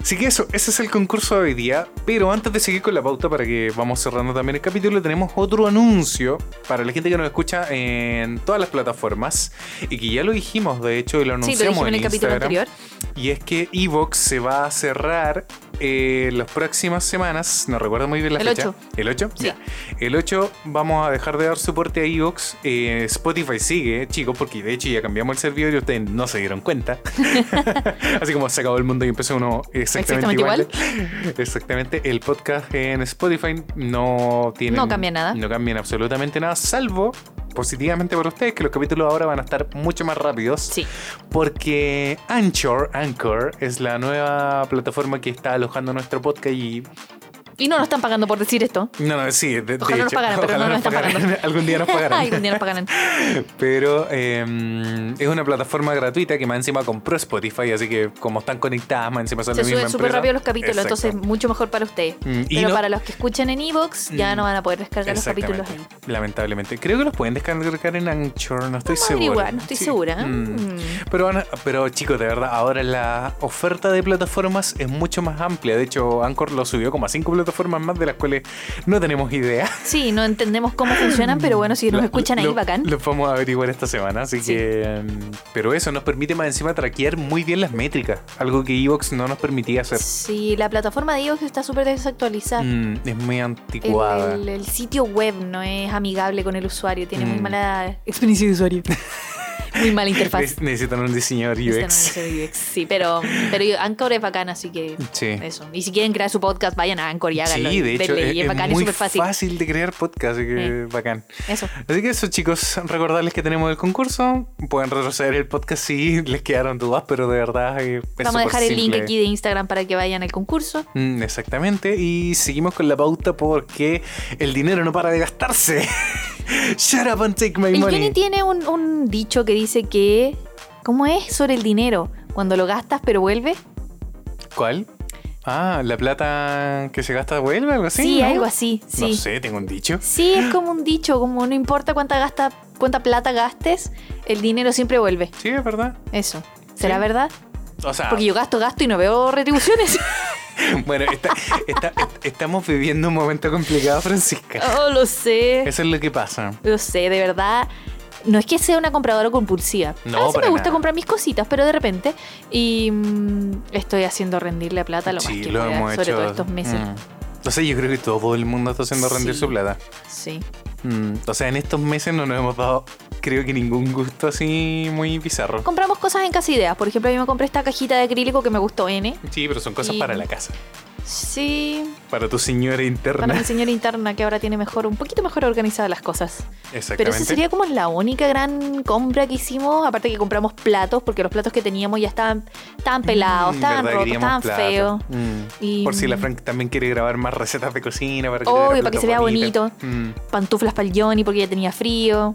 Así que eso, ese es el concurso de hoy día. Pero antes de seguir con la pauta, para que vamos cerrando también el capítulo, tenemos otro anuncio para la gente que nos escucha en todas las plataformas. Y que ya lo dijimos, de hecho, y lo sí, anunciamos lo dijimos en el en capítulo Instagram. anterior. Y es que Evox se va a cerrar eh, las próximas semanas. No recuerdo muy bien la El fecha. 8. ¿El 8? Sí. Ya. El 8 vamos a dejar de dar soporte a Evox. Eh, Spotify sigue, eh, chicos, porque de hecho ya cambiamos el servidor y ustedes no se dieron cuenta. Así como se acabó el mundo y empezó uno exactamente, Exactamente igual. Exactamente. El podcast en Spotify no tiene. No cambia nada. No cambian absolutamente nada, salvo positivamente para ustedes que los capítulos ahora van a estar mucho más rápidos. Sí. Porque Anchor, Anchor es la nueva plataforma que está alojando nuestro podcast y Y no nos están pagando por decir esto. No, no, sí, de, de Ojalá nos hecho, pagaran, pero ojalá no nos están pagaran. pagando. Algún día nos pagarán. Ay, un día nos pagarán. Pero eh, es una plataforma gratuita que más encima compró Spotify, así que como están conectadas, más encima son Se la misma suben súper empresa. rápido los capítulos, Exacto. entonces mucho mejor para ustedes. Mm, y Pero no- para los que escuchan en Evox, ya Mm. no van a poder descargar los Exactamente, capítulos ahí. Lamentablemente. Creo que los pueden descargar en Anchor, no estoy Vamos a seguro. averiguar, no estoy Sí. segura. ¿eh? Mm. Mm. Pero, Ana- pero chicos, de verdad, ahora la oferta de plataformas es mucho más amplia. De hecho, Anchor lo subió como a cinco plataformas más, de las cuales no tenemos idea. Sí, no entendemos cómo funcionan, pero bueno, si nos La- escuchan ahí, lo- bacán. Los vamos a averiguar esta semana, así Sí. que. mm, Pero eso nos permite más encima traquear muy bien las métricas, algo que Evox no nos permitía hacer. Sí, la plataforma de Evox está súper desactualizada. Mm, es muy El, anticuada. el- el sitio web no es amigable con el usuario, tiene muy Mm. mala experiencia de usuario. muy mala interfaz. Ne- Necesitan un diseñador Esta no UX. es el UX, Sí, pero, pero Anchor es bacán, así que Sí. eso. Y si quieren crear su podcast, vayan a Anchor y háganlo. Sí, y de hecho, denle, es, y es es bacán, es muy súper fácil. de crear podcast, así que bacán. Eso. Así que eso, chicos, recordarles que tenemos el concurso. Pueden retroceder el podcast si les quedaron dudas, pero de verdad. eh, es Vamos a súper dejar el link simple. aquí de Instagram para que vayan al concurso. Mm, exactamente, y seguimos con la pauta porque el dinero no para de gastarse. Shut up and take my El Johnny money. tiene un, un dicho que dice que. ¿Cómo es sobre el dinero? Cuando lo gastas pero vuelve. ¿Cuál? Ah, la plata que se gasta vuelve, algo así. Sí, ¿no? algo así. Sí. No sé, tengo un dicho. Sí, es como un dicho, como no importa cuánta gasta, cuánta plata gastes, el dinero siempre vuelve. Sí, es verdad. Eso. ¿Será Sí. Ah. verdad? O sea, Porque yo gasto, gasto y no veo retribuciones. bueno, está- está- est- estamos viviendo un momento complicado, Francisca. oh, lo sé. Eso es lo que pasa. Lo sé, de verdad. No es que sea una compradora compulsiva. No, a veces para me gusta nada. comprar mis cositas, pero de repente. Y mm, estoy haciendo rendirle plata lo sí, más que lo pueda, hemos sobre hecho. Mm. todo estos meses. O sea, yo creo que todo el mundo está haciendo rendir Sí. su plata. Sí. Mm, O sea, en estos meses no nos hemos dado, creo que ningún gusto así muy bizarro. Compramos cosas en Casa Ideas. Por ejemplo, yo me compré esta cajita de acrílico que me gustó N. Sí, pero son cosas Y- para la casa. Sí. Para tu señora interna. Para mi señora interna que ahora tiene mejor, un poquito mejor organizadas las cosas. Exactamente. Pero esa sería como la única gran compra que hicimos. Aparte que compramos platos, porque los platos que teníamos ya estaban, estaban pelados, Mm, estaban verdad, rotos, queríamos estaban plato. feos. Mm. Y, Por si la Frank también quiere grabar más recetas de cocina. Para que le Obvio, den para que platos se vea bonitos. bonito. Mm. Pantuflas para el Johnny porque ya tenía frío.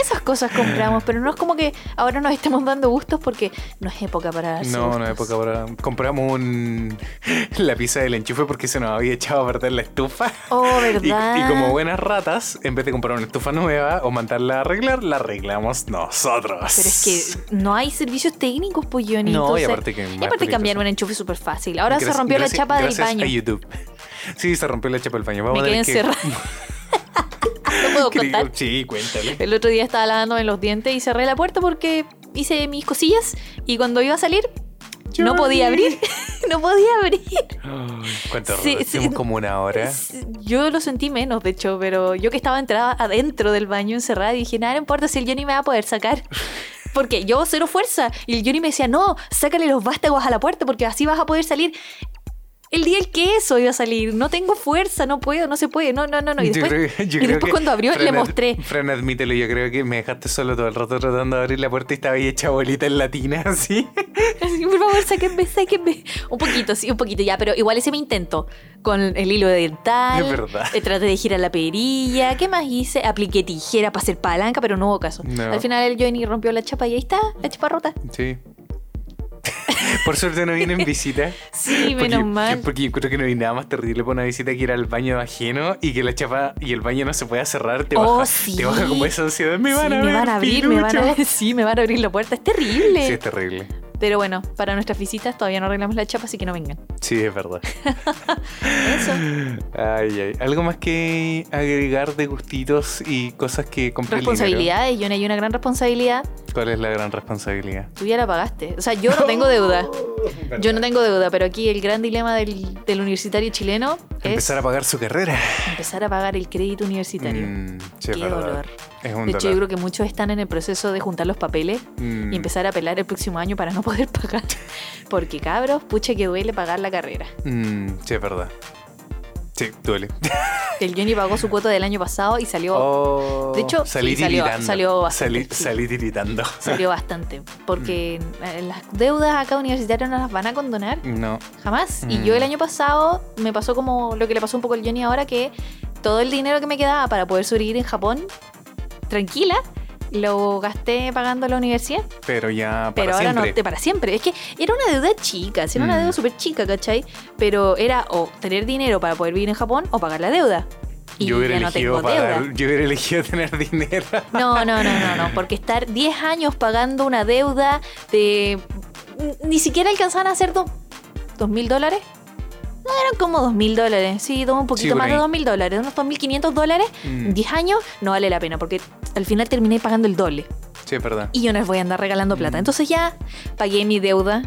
Esas cosas compramos, pero no es como que ahora nos estemos dando gustos porque no es época para darse No, no es gustos. época ahora. Compramos un... la pizza del enchufe porque se nos había echado a perder la estufa. Oh, Y, ¿verdad? y como buenas ratas, en vez de comprar una estufa nueva o mandarla a arreglar, la arreglamos nosotros. Pero es que no hay servicios técnicos, pues Johnny. No, y entonces- aparte que. Y aparte cambiar un enchufe súper fácil. Ahora se rompió la chapa del baño. A YouTube. Sí, se rompió la chapa del baño. Vamos Me quedé a tener encerrada. no puedo que- contar. Sí, cuéntale. El otro día estaba lavándome los dientes y cerré la puerta porque hice mis cosillas y cuando iba a salir no podía abrir. no podía abrir. Ay, ¿Cuánto Sí, rato? sí. Hicimos como una hora. Yo lo sentí menos, de hecho, pero yo que estaba entrada adentro del baño encerrada y dije, nada, no importa si el Johnny me va a poder sacar. Porque yo cero fuerza. Y el Johnny me decía, no, sácale los vástagos a la puerta porque así vas a poder salir. El día el que eso iba a salir, no tengo fuerza, no puedo, no se puede, no, no, no, no. Y Yo después, creo que- yo y creo después que cuando abrió, le Fran ad- mostré. Fran, admítelo, yo creo que me dejaste solo todo el rato tratando de abrir la puerta y estaba ahí hecha bolita en la tina, así. Así, por favor, sáquenme, sáquenme. Un poquito, sí, un poquito ya, pero igual ese me intento. Con el hilo dental. Es verdad. eh, traté de girar la perilla. ¿Qué más hice? Apliqué tijera para hacer palanca, pero no hubo caso. No. Al final el Johnny rompió la chapa y ahí está, la chapa rota. Sí. Por suerte no vienen visitas. Sí, Porque- menos mal. Porque yo creo que no hay nada más terrible para una visita que ir al baño ajeno y que la chapa y el baño no se pueda cerrar. Te, Oh, baja, sí. te baja como esa ansiedad. Me Sí, van a me ver, van a abrir, me van a pilucho. sí, me van a abrir la puerta. Es terrible. Sí, es terrible. Pero bueno, para nuestras visitas todavía no arreglamos la chapa, así que no vengan. Sí, es verdad. Eso. Ay, ay. Algo más que agregar de gustitos y cosas que compré el dinero? Responsabilidades, Johnny, hay una gran responsabilidad. ¿Cuál es la gran responsabilidad? Tú ya la pagaste. O sea, yo no tengo deuda. Yo no Verdad. tengo deuda, pero aquí el gran dilema del, del universitario chileno es Empezar a pagar su carrera. empezar a pagar el crédito universitario. Mm, sí, Qué es verdad. dolor. Es un De hecho, yo dolor. creo que muchos están en el proceso de juntar los papeles Mm. y empezar a pelar el próximo año para no poder pagar. Porque cabros, pucha que duele pagar la carrera. Mm, sí, es verdad. Sí, duele. El Johnny pagó su cuota del año pasado y salió, Oh, de hecho, salí sí, salió- tiritando. salió bastante, Salí, sí. salí tiritando. salió bastante. Porque Mm. eh, las deudas acá universitarias no las van a condonar No. jamás. Y Mm. yo el año pasado me pasó como lo que le pasó un poco al Johnny ahora, que todo el dinero que me quedaba para poder sobrevivir en Japón, tranquila, lo gasté pagando la universidad. Pero ya para Pero ahora siempre. no, te para siempre. Es que era una deuda chica, si era una Mm. deuda súper chica, ¿cachai? Pero era o tener dinero para poder vivir en Japón o pagar la deuda. Y yo, hubiera ya no elegido tengo pagar- deuda. yo hubiera elegido tener dinero. No, no, no, no, no. Porque estar 10 años pagando una deuda de. Ni siquiera alcanzaban a hacer do- dos mil dólares. No, eran como dos mil dólares. Sí, todo un poquito por más de ahí. dos mil dólares. Unos dos mil quinientos dólares. Mm. 10 años no vale la pena. Porque al final terminé pagando el doble. Sí, perdón. Y yo no les voy a andar regalando plata. Mm. Entonces ya pagué mi deuda.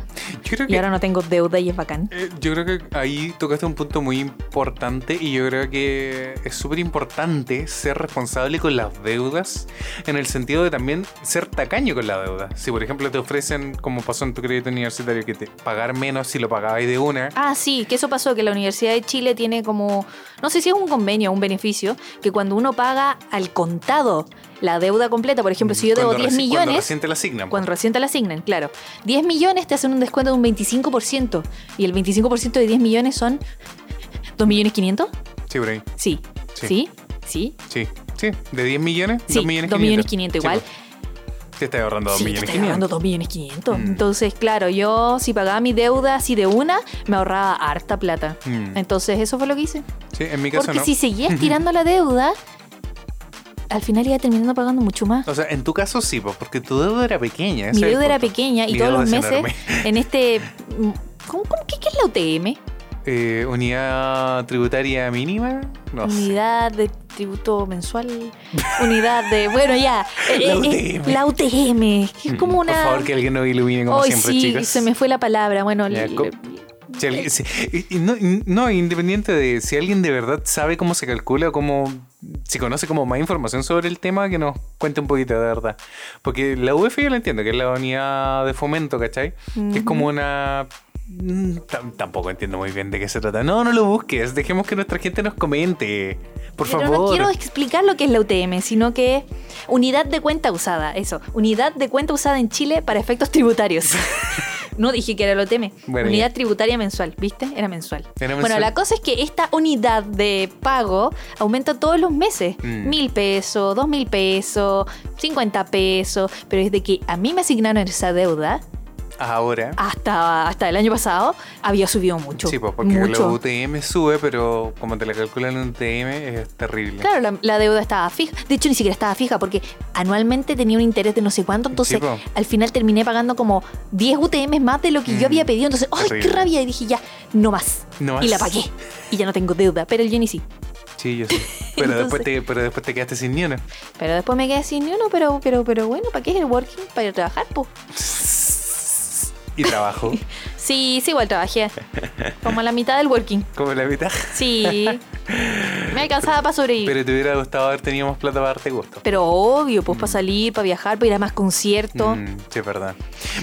Yo creo Y que ahora no tengo deuda y es bacán. Eh, Yo creo que ahí tocaste un punto muy importante y yo creo que es súper importante ser responsable con las deudas en el sentido de también ser tacaño con la deuda. Si por ejemplo te ofrecen, como pasó en tu crédito universitario, que te pagar menos si lo pagabais de una, Ah, sí, que eso pasó, que la Universidad de Chile tiene como, no sé si es un convenio o un beneficio, que cuando uno paga al contado la deuda completa, por ejemplo, si yo debo cuando 10 reci- cuando millones, recién te la asignan. cuando recién te la asignan, claro, 10 millones te hacen un descuento de un 25%, y el 25% de 10 millones son 2 millones 500, Sí, por ahí. sí, Sí. sí, sí, Sí. Sí, de 10 millones, Sí, 2 millones 2 millones 500 igual. pues. Te estás ahorrando 2 Sí, te millones estoy pagando 500. 2 millones 500. Mm. Entonces, claro, yo si pagaba mi deuda así de una, me ahorraba harta plata. Mm. Entonces, eso fue lo que hice. Sí, en mi caso Porque no. si seguías tirando la deuda, al final iba terminando pagando mucho más. O sea, en tu caso sí, pues, porque tu deuda era pequeña. Mi ese es el deuda era punto. pequeña y Mi todos deuda los es meses enorme. en este... ¿Cómo, cómo- qué, qué es la UTM? Eh, unidad tributaria mínima, no sé. Unidad de tributo mensual. Unidad de... Bueno, ya. Eh, La UTM. la UTM. que Es como Mm, una... Por favor, que alguien nos ilumine como Ay, siempre, sí, chicas. se me fue la palabra. Bueno, Ya, le- co- le- Si alguien- si- y- y no, y- no, independiente de si alguien de verdad sabe cómo se calcula, cómo, si conoce como más información sobre el tema, que nos cuente un poquito de verdad. Porque la UF yo la entiendo, que es la unidad de fomento, ¿cachai? Que es como una... mm, tam- Tampoco entiendo muy bien de qué se trata. No, no lo busques. Dejemos que nuestra gente nos comente. Por Pero favor. no quiero explicar lo que es la UTM, sino que es unidad de cuenta usada, eso, unidad de cuenta usada en Chile para efectos tributarios. no dije que era la UTM, Bueno, unidad ya. tributaria mensual, ¿viste? Era mensual. Era Bueno, mensual. la cosa es que esta unidad de pago aumenta todos los meses, Mm. mil pesos, dos mil pesos, cincuenta pesos, pero desde que a mí me asignaron esa deuda Ahora. hasta, hasta el año pasado, había subido Ah, mucho. Sí, pues porque la mucho. UTM sube, pero como te la calculan en UTM es terrible. Claro, la, la deuda estaba fija. De hecho, ni siquiera estaba fija porque anualmente tenía un interés de no sé cuánto. Entonces, Sí, pues, po. al final terminé pagando como 10 UTM más de lo que yo Mm, había pedido. Entonces, ¡ay, qué terrible. rabia! Y dije, ya, no más. No Y más. la pagué. Y ya no tengo deuda. Pero el Johnny sí. Sí, yo sé. Pero, después, Entonces- te, pero después te quedaste sin ni una. Pero después me quedé sin ni uno, pero, pero, pero bueno, ¿para qué es el working? Para trabajar, pues. Y trabajo. Sí, sí, igual trabajé. Como la mitad del working. como la mitad. Sí. Me alcanzaba para sobrevivir. Pero te hubiera gustado haber tenido más plata para darte gusto. Pero obvio, pues para salir, para viajar, para ir a más conciertos. Mm, sí, perdón.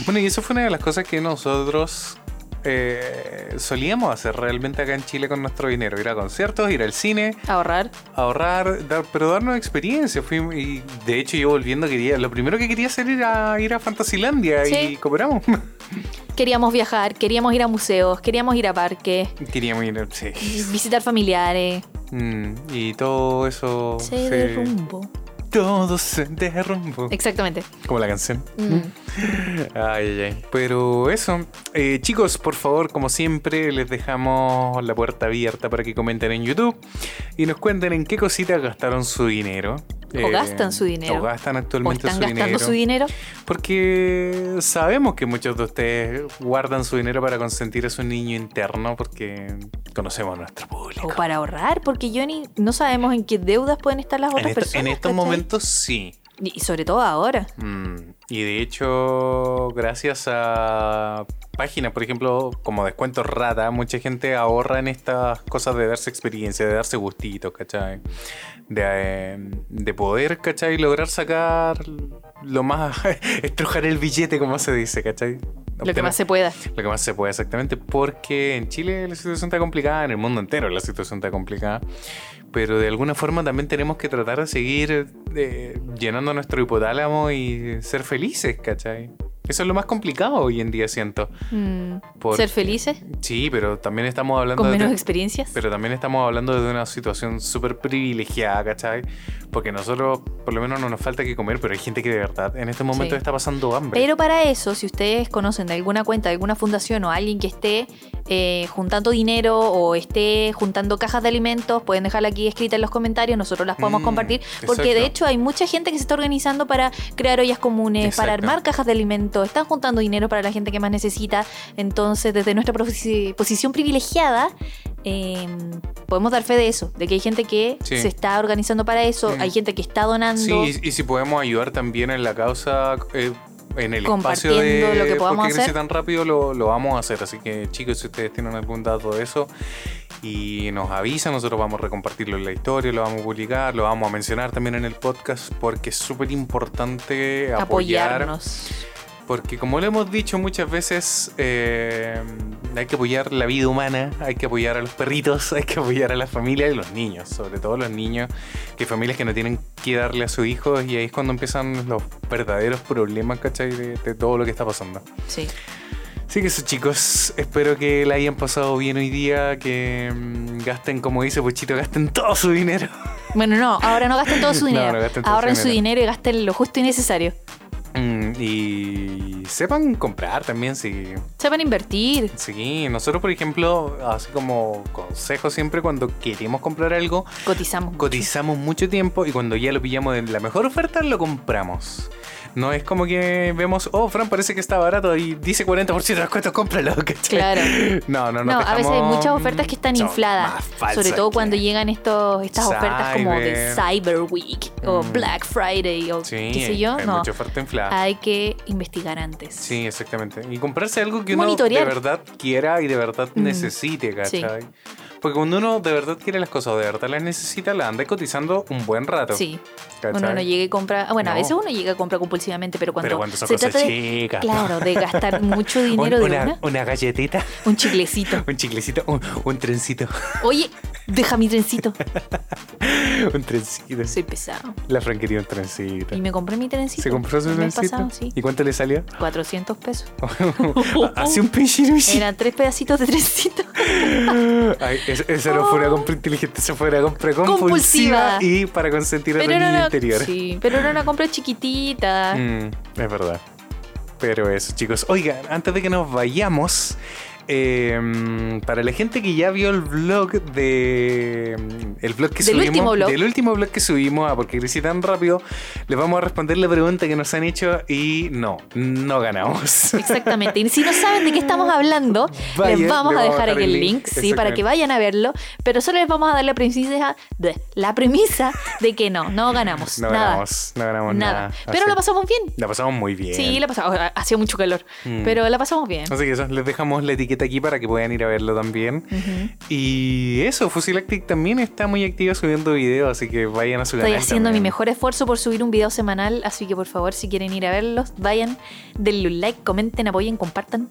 Bueno, y eso fue una de las cosas que nosotros eh, solíamos hacer realmente acá en Chile con nuestro dinero. Ir a conciertos, ir al cine, Ahorrar. ahorrar, dar, pero darnos experiencia. Fui, y de hecho yo volviendo quería, lo primero que quería hacer era ir a Fantasilandia Sí. y cooperamos. Queríamos viajar, queríamos ir a museos, queríamos ir a parques, Queríamos ir, sí. visitar familiares. Mm, y todo eso Se derrumbó. Todo se derrumbó. Exactamente. Como la canción. Mm. Ay, ay, ay. Pero eso. eh, chicos, por favor, como siempre, les dejamos la puerta abierta para que comenten en YouTube y nos cuenten en qué cositas gastaron su dinero. Eh, O gastan su dinero. O gastan O actualmente están su gastando dinero. su dinero. Porque sabemos que muchos de ustedes guardan su dinero para consentir a su niño interno porque conocemos a nuestro público. O para ahorrar, porque Johnny no sabemos en qué deudas pueden estar las otras en, esto- personas. en estos ¿cachai? momentos sí. Y y sobre todo ahora. Mm, Y de hecho, gracias a páginas, por ejemplo, como Descuento Rata, mucha gente ahorra en estas cosas de darse experiencia, de darse gustitos, ¿cachai? De, eh, de poder, ¿cachai? Lograr sacar lo más... estrujar el billete, como se dice, ¿cachai? Lo que más se pueda. lo que más se puede exactamente, porque en Chile la situación está complicada, en el mundo entero la situación está complicada, pero de alguna forma también tenemos que tratar de seguir eh, llenando nuestro hipotálamo y ser felices, ¿cachai? Eso es lo más complicado hoy en día, siento. Mm, Por- Ser felices, Sí, pero también estamos hablando con menos de... experiencias. Pero también estamos hablando de una situación súper privilegiada, ¿cachai? Porque nosotros, por lo menos, no nos falta que comer, pero hay gente que de verdad en este momento Sí. está pasando hambre. Pero para eso, si ustedes conocen de alguna cuenta, de alguna fundación o alguien que esté eh, juntando dinero o esté juntando cajas de alimentos, pueden dejarla aquí escrita en los comentarios, nosotros las podemos Mm, compartir, porque de exacto. hecho hay mucha gente que se está organizando para crear ollas comunes, para Exacto. armar cajas de alimentos, están juntando dinero para la gente que más necesita, entonces desde nuestra profi- posición privilegiada... eh, podemos dar fe de eso, de que hay gente que Sí. se está organizando para eso, Sí. hay gente que está donando. Sí, y, y si podemos ayudar también en la causa, eh, en el espacio Compartiendo de lo que podamos porque crece hacer. tan rápido, lo, lo vamos a hacer. Así que, chicos, si ustedes tienen algún dato de eso y nos avisan, nosotros vamos a recompartirlo en la historia, lo vamos a publicar, lo vamos a mencionar también en el podcast, porque es súper importante apoyar. apoyarnos. Porque como lo hemos dicho muchas veces, eh, hay que apoyar la vida humana, hay que apoyar a los perritos, hay que apoyar a la familia y los niños, sobre todo los niños, que hay familias que no tienen que darle a sus hijos y ahí es cuando empiezan los verdaderos problemas, ¿cachai? De, de todo lo que está pasando. Sí. Así que eso chicos, espero que la hayan pasado bien hoy día, que mm, gasten, como dice Pochito, gasten todo su dinero. Bueno, no, ahora no gasten todo su No, no dinero. gasten todo su Ahorren su dinero. dinero y gasten lo justo y necesario. Mm, y sepan comprar también, si... Sepan invertir. Sí, nosotros por ejemplo, así como consejo siempre cuando queremos comprar algo, Cotizamos. mucho. cotizamos mucho tiempo y cuando ya lo pillamos en la mejor oferta lo compramos. No es como que vemos, oh, Fran parece que está barato y dice 40% de descuento, cómpralo. ¿cachai? Claro. No, no, no. No, a veces hay muchas ofertas que están infladas. Sobre todo cuando llegan estos, estas ofertas como de Cyber Week o Mm. Black Friday o Sí, qué sé yo. hay No, mucha oferta inflada. hay que investigar antes. Sí, exactamente. Y comprarse algo que uno Monitorear. de verdad quiera y de verdad Mm. necesite, ¿cachai? Porque cuando uno de verdad quiere las cosas, o de verdad las necesita, las anda cotizando un buen rato. Sí. ¿cachai? Uno no llega y compra. ah, Bueno, a No. veces uno llega a comprar compulsivamente, pero cuando, Pero cuando son se cosas trata de, chicas. claro, de gastar mucho dinero Un- de una, una, una galletita, un chiclecito. un chiclecito, un, un trencito, Oye, deja mi trencito. un trencito. Soy pesado. La Fran quería un trencito. Y me compré mi trencito. ¿Se compró su el mes trencito? pasado, sí. Oh, ¿Y cuánto le salió? Ah, 400 pesos. Hace un pinche Eran tres pedacitos de trencito. Ay, es- esa no fue una compra inteligente, esa fue una compra compulsiva, Compulsiva. y para consentir a tu niño era, interior. sí, pero era una compra chiquitita. Mm, es verdad. Pero eso, chicos. Oigan, antes de que nos vayamos, eh, para la gente que ya vio el vlog de. El vlog que Del subimos. último vlog. Del último vlog que subimos, a porque crecí tan rápido, les vamos a responder la pregunta que nos han hecho y no, no ganamos. Exactamente. Y si no saben de qué estamos hablando, Vaya, les vamos a dejar aquí el link, sí, para exactamente. que vayan a verlo. Pero solo les vamos a dar la premisa de, la premisa de que no, no ganamos. No nada. ganamos, no ganamos nada. nada. Pero Así- lo pasamos bien. la pasamos muy bien. Sí, la pasamos. Hacía mucho calor, Mm. pero la pasamos bien. Así que eso, les dejamos la etiqueta aquí para que puedan ir a verlo también. Ujú. Y eso, Fusilactic también está muy activa subiendo videos, así que vayan a su Estoy canal haciendo mi también. mejor esfuerzo por subir un video semanal, así que por favor, si quieren ir a verlos, vayan, denle un like, comenten, apoyen, compartan.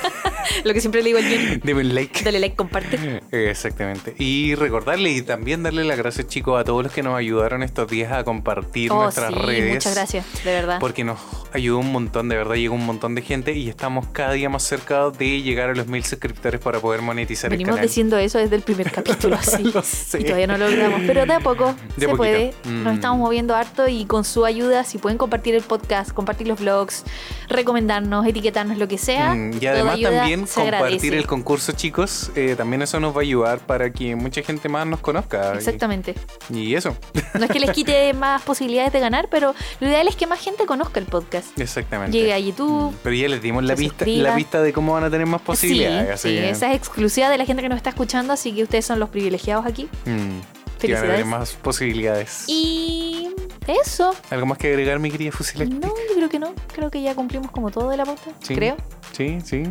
Lo que siempre le digo al Johnny, Deme un like. dale like, comparte. Exactamente. Y recordarle y también darle las gracias, chicos, a todos los que nos ayudaron estos días a compartir Oh, sí, nuestras redes. muchas gracias, de verdad. Porque nos ayudó un montón, de verdad, llegó un montón de gente y estamos cada día más cerca de llegar a los mil suscriptores para poder monetizar el Venimos canal. diciendo eso desde el primer capítulo, así. Lo sé. Y todavía no lo logramos, pero de a poco se poquito. puede. Nos Mm. estamos moviendo harto y con su ayuda, si pueden compartir el podcast, compartir los vlogs, recomendarnos, etiquetarnos, lo que sea. Mm, Y toda además ayuda también se compartir agradece. el concurso, chicos. eh, también eso nos va a ayudar para que mucha gente más nos conozca. y- Exactamente. Y, eso, No es que les quite más posibilidades de ganar, pero lo ideal es que más gente conozca el podcast. exactamente. Mm. Llegue a YouTube. Pero ya les dimos la se pista, suscriba. la pista de cómo van a tener más Sí, posibilidades. así sí, que, esa es exclusiva de la gente que nos está escuchando, así que ustedes son los privilegiados aquí. mm, que van a tener Felicidades. más posibilidades. Y eso. ¿Algo más que agregar, mi querida Fusilec? No, yo creo que no. Creo que ya cumplimos como todo de la pauta. Sí. Creo. Sí, sí.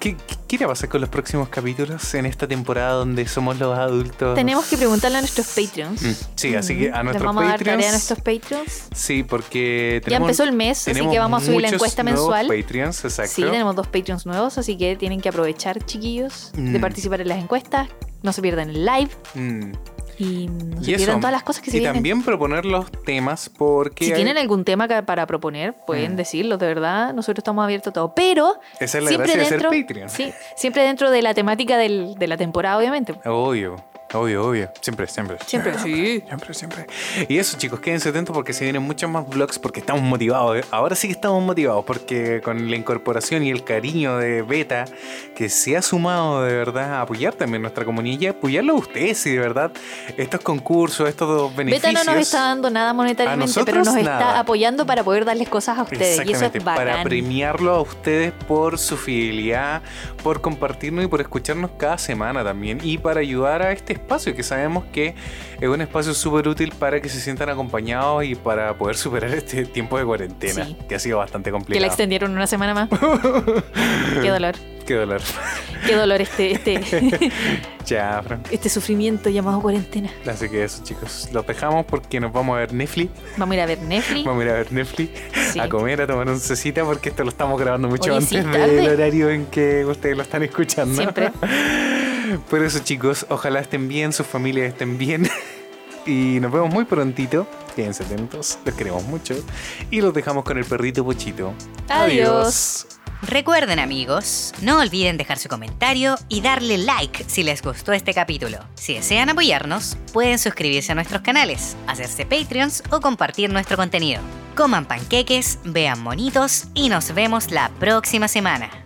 ¿Qué, qué irá a pasar con los próximos capítulos en esta temporada donde somos los adultos? Tenemos que preguntarle a nuestros Patreons. Mm, Sí, así que a Les nuestros vamos a dar tarea a Patreons. nuestros Patreons. Sí, porque Ya tenemos, empezó el mes, así tenemos que vamos a subir la muchos encuesta nuevos mensual. Patreons, exacto. Sí, tenemos dos Patreons nuevos, así que tienen que aprovechar, chiquillos, de Mm. participar en las encuestas. No se pierdan el live Mm. y no Y se eso, pierdan todas las cosas que se y vienen. también proponer los temas porque Si hay- tienen algún tema que- para proponer, pueden Mm. decirlo, de verdad. Nosotros estamos abiertos a todo. Pero esa es la siempre gracia dentro, de ser Patreon. sí, siempre dentro de la temática del- de la temporada, obviamente. Obvio, obvio, obvio. Siempre, siempre. Siempre. Sí. Siempre, siempre. Y eso, chicos, quédense atentos porque se vienen muchos más vlogs porque estamos motivados. ¿eh? Ahora sí que estamos motivados porque con la incorporación y el cariño de Beta que se ha sumado de verdad a apoyar también nuestra comunidad y apoyarlo a ustedes y de verdad estos concursos, estos Beta beneficios. no nos está dando nada monetariamente, A pero nos nosotros, está nada. apoyando para poder darles cosas a ustedes. Este, Y eso Exactamente, es para bacán. premiarlo a ustedes por su fidelidad, por compartirnos y por escucharnos cada semana también. Y para ayudar a este espacio que sabemos que es un espacio súper útil para que se sientan acompañados y para poder superar este tiempo de cuarentena, Sí. que ha sido bastante Que la complicado. extendieron una semana más. qué dolor. Qué dolor. Qué dolor este, este, ya, Fran. este sufrimiento llamado cuarentena. Así que eso, chicos. Los dejamos porque nos vamos a ver Netflix. Vamos a ir a ver Netflix. Vamos a ir a ver Netflix, Sí. a comer, a tomar un cecita, porque esto lo estamos grabando mucho Oye, antes sí, del tarde. horario en que ustedes lo están escuchando. Siempre. Por eso, chicos, ojalá estén bien, sus familias estén bien. Y nos vemos muy prontito. Quédense atentos, los queremos mucho. Y los dejamos con el perrito Pochito. Adiós. Recuerden amigos, no olviden dejar su comentario y darle like si les gustó este capítulo. Si desean apoyarnos, pueden suscribirse a nuestros canales, hacerse Patreons o compartir nuestro contenido. Coman panqueques, vean monitos y nos vemos la próxima semana.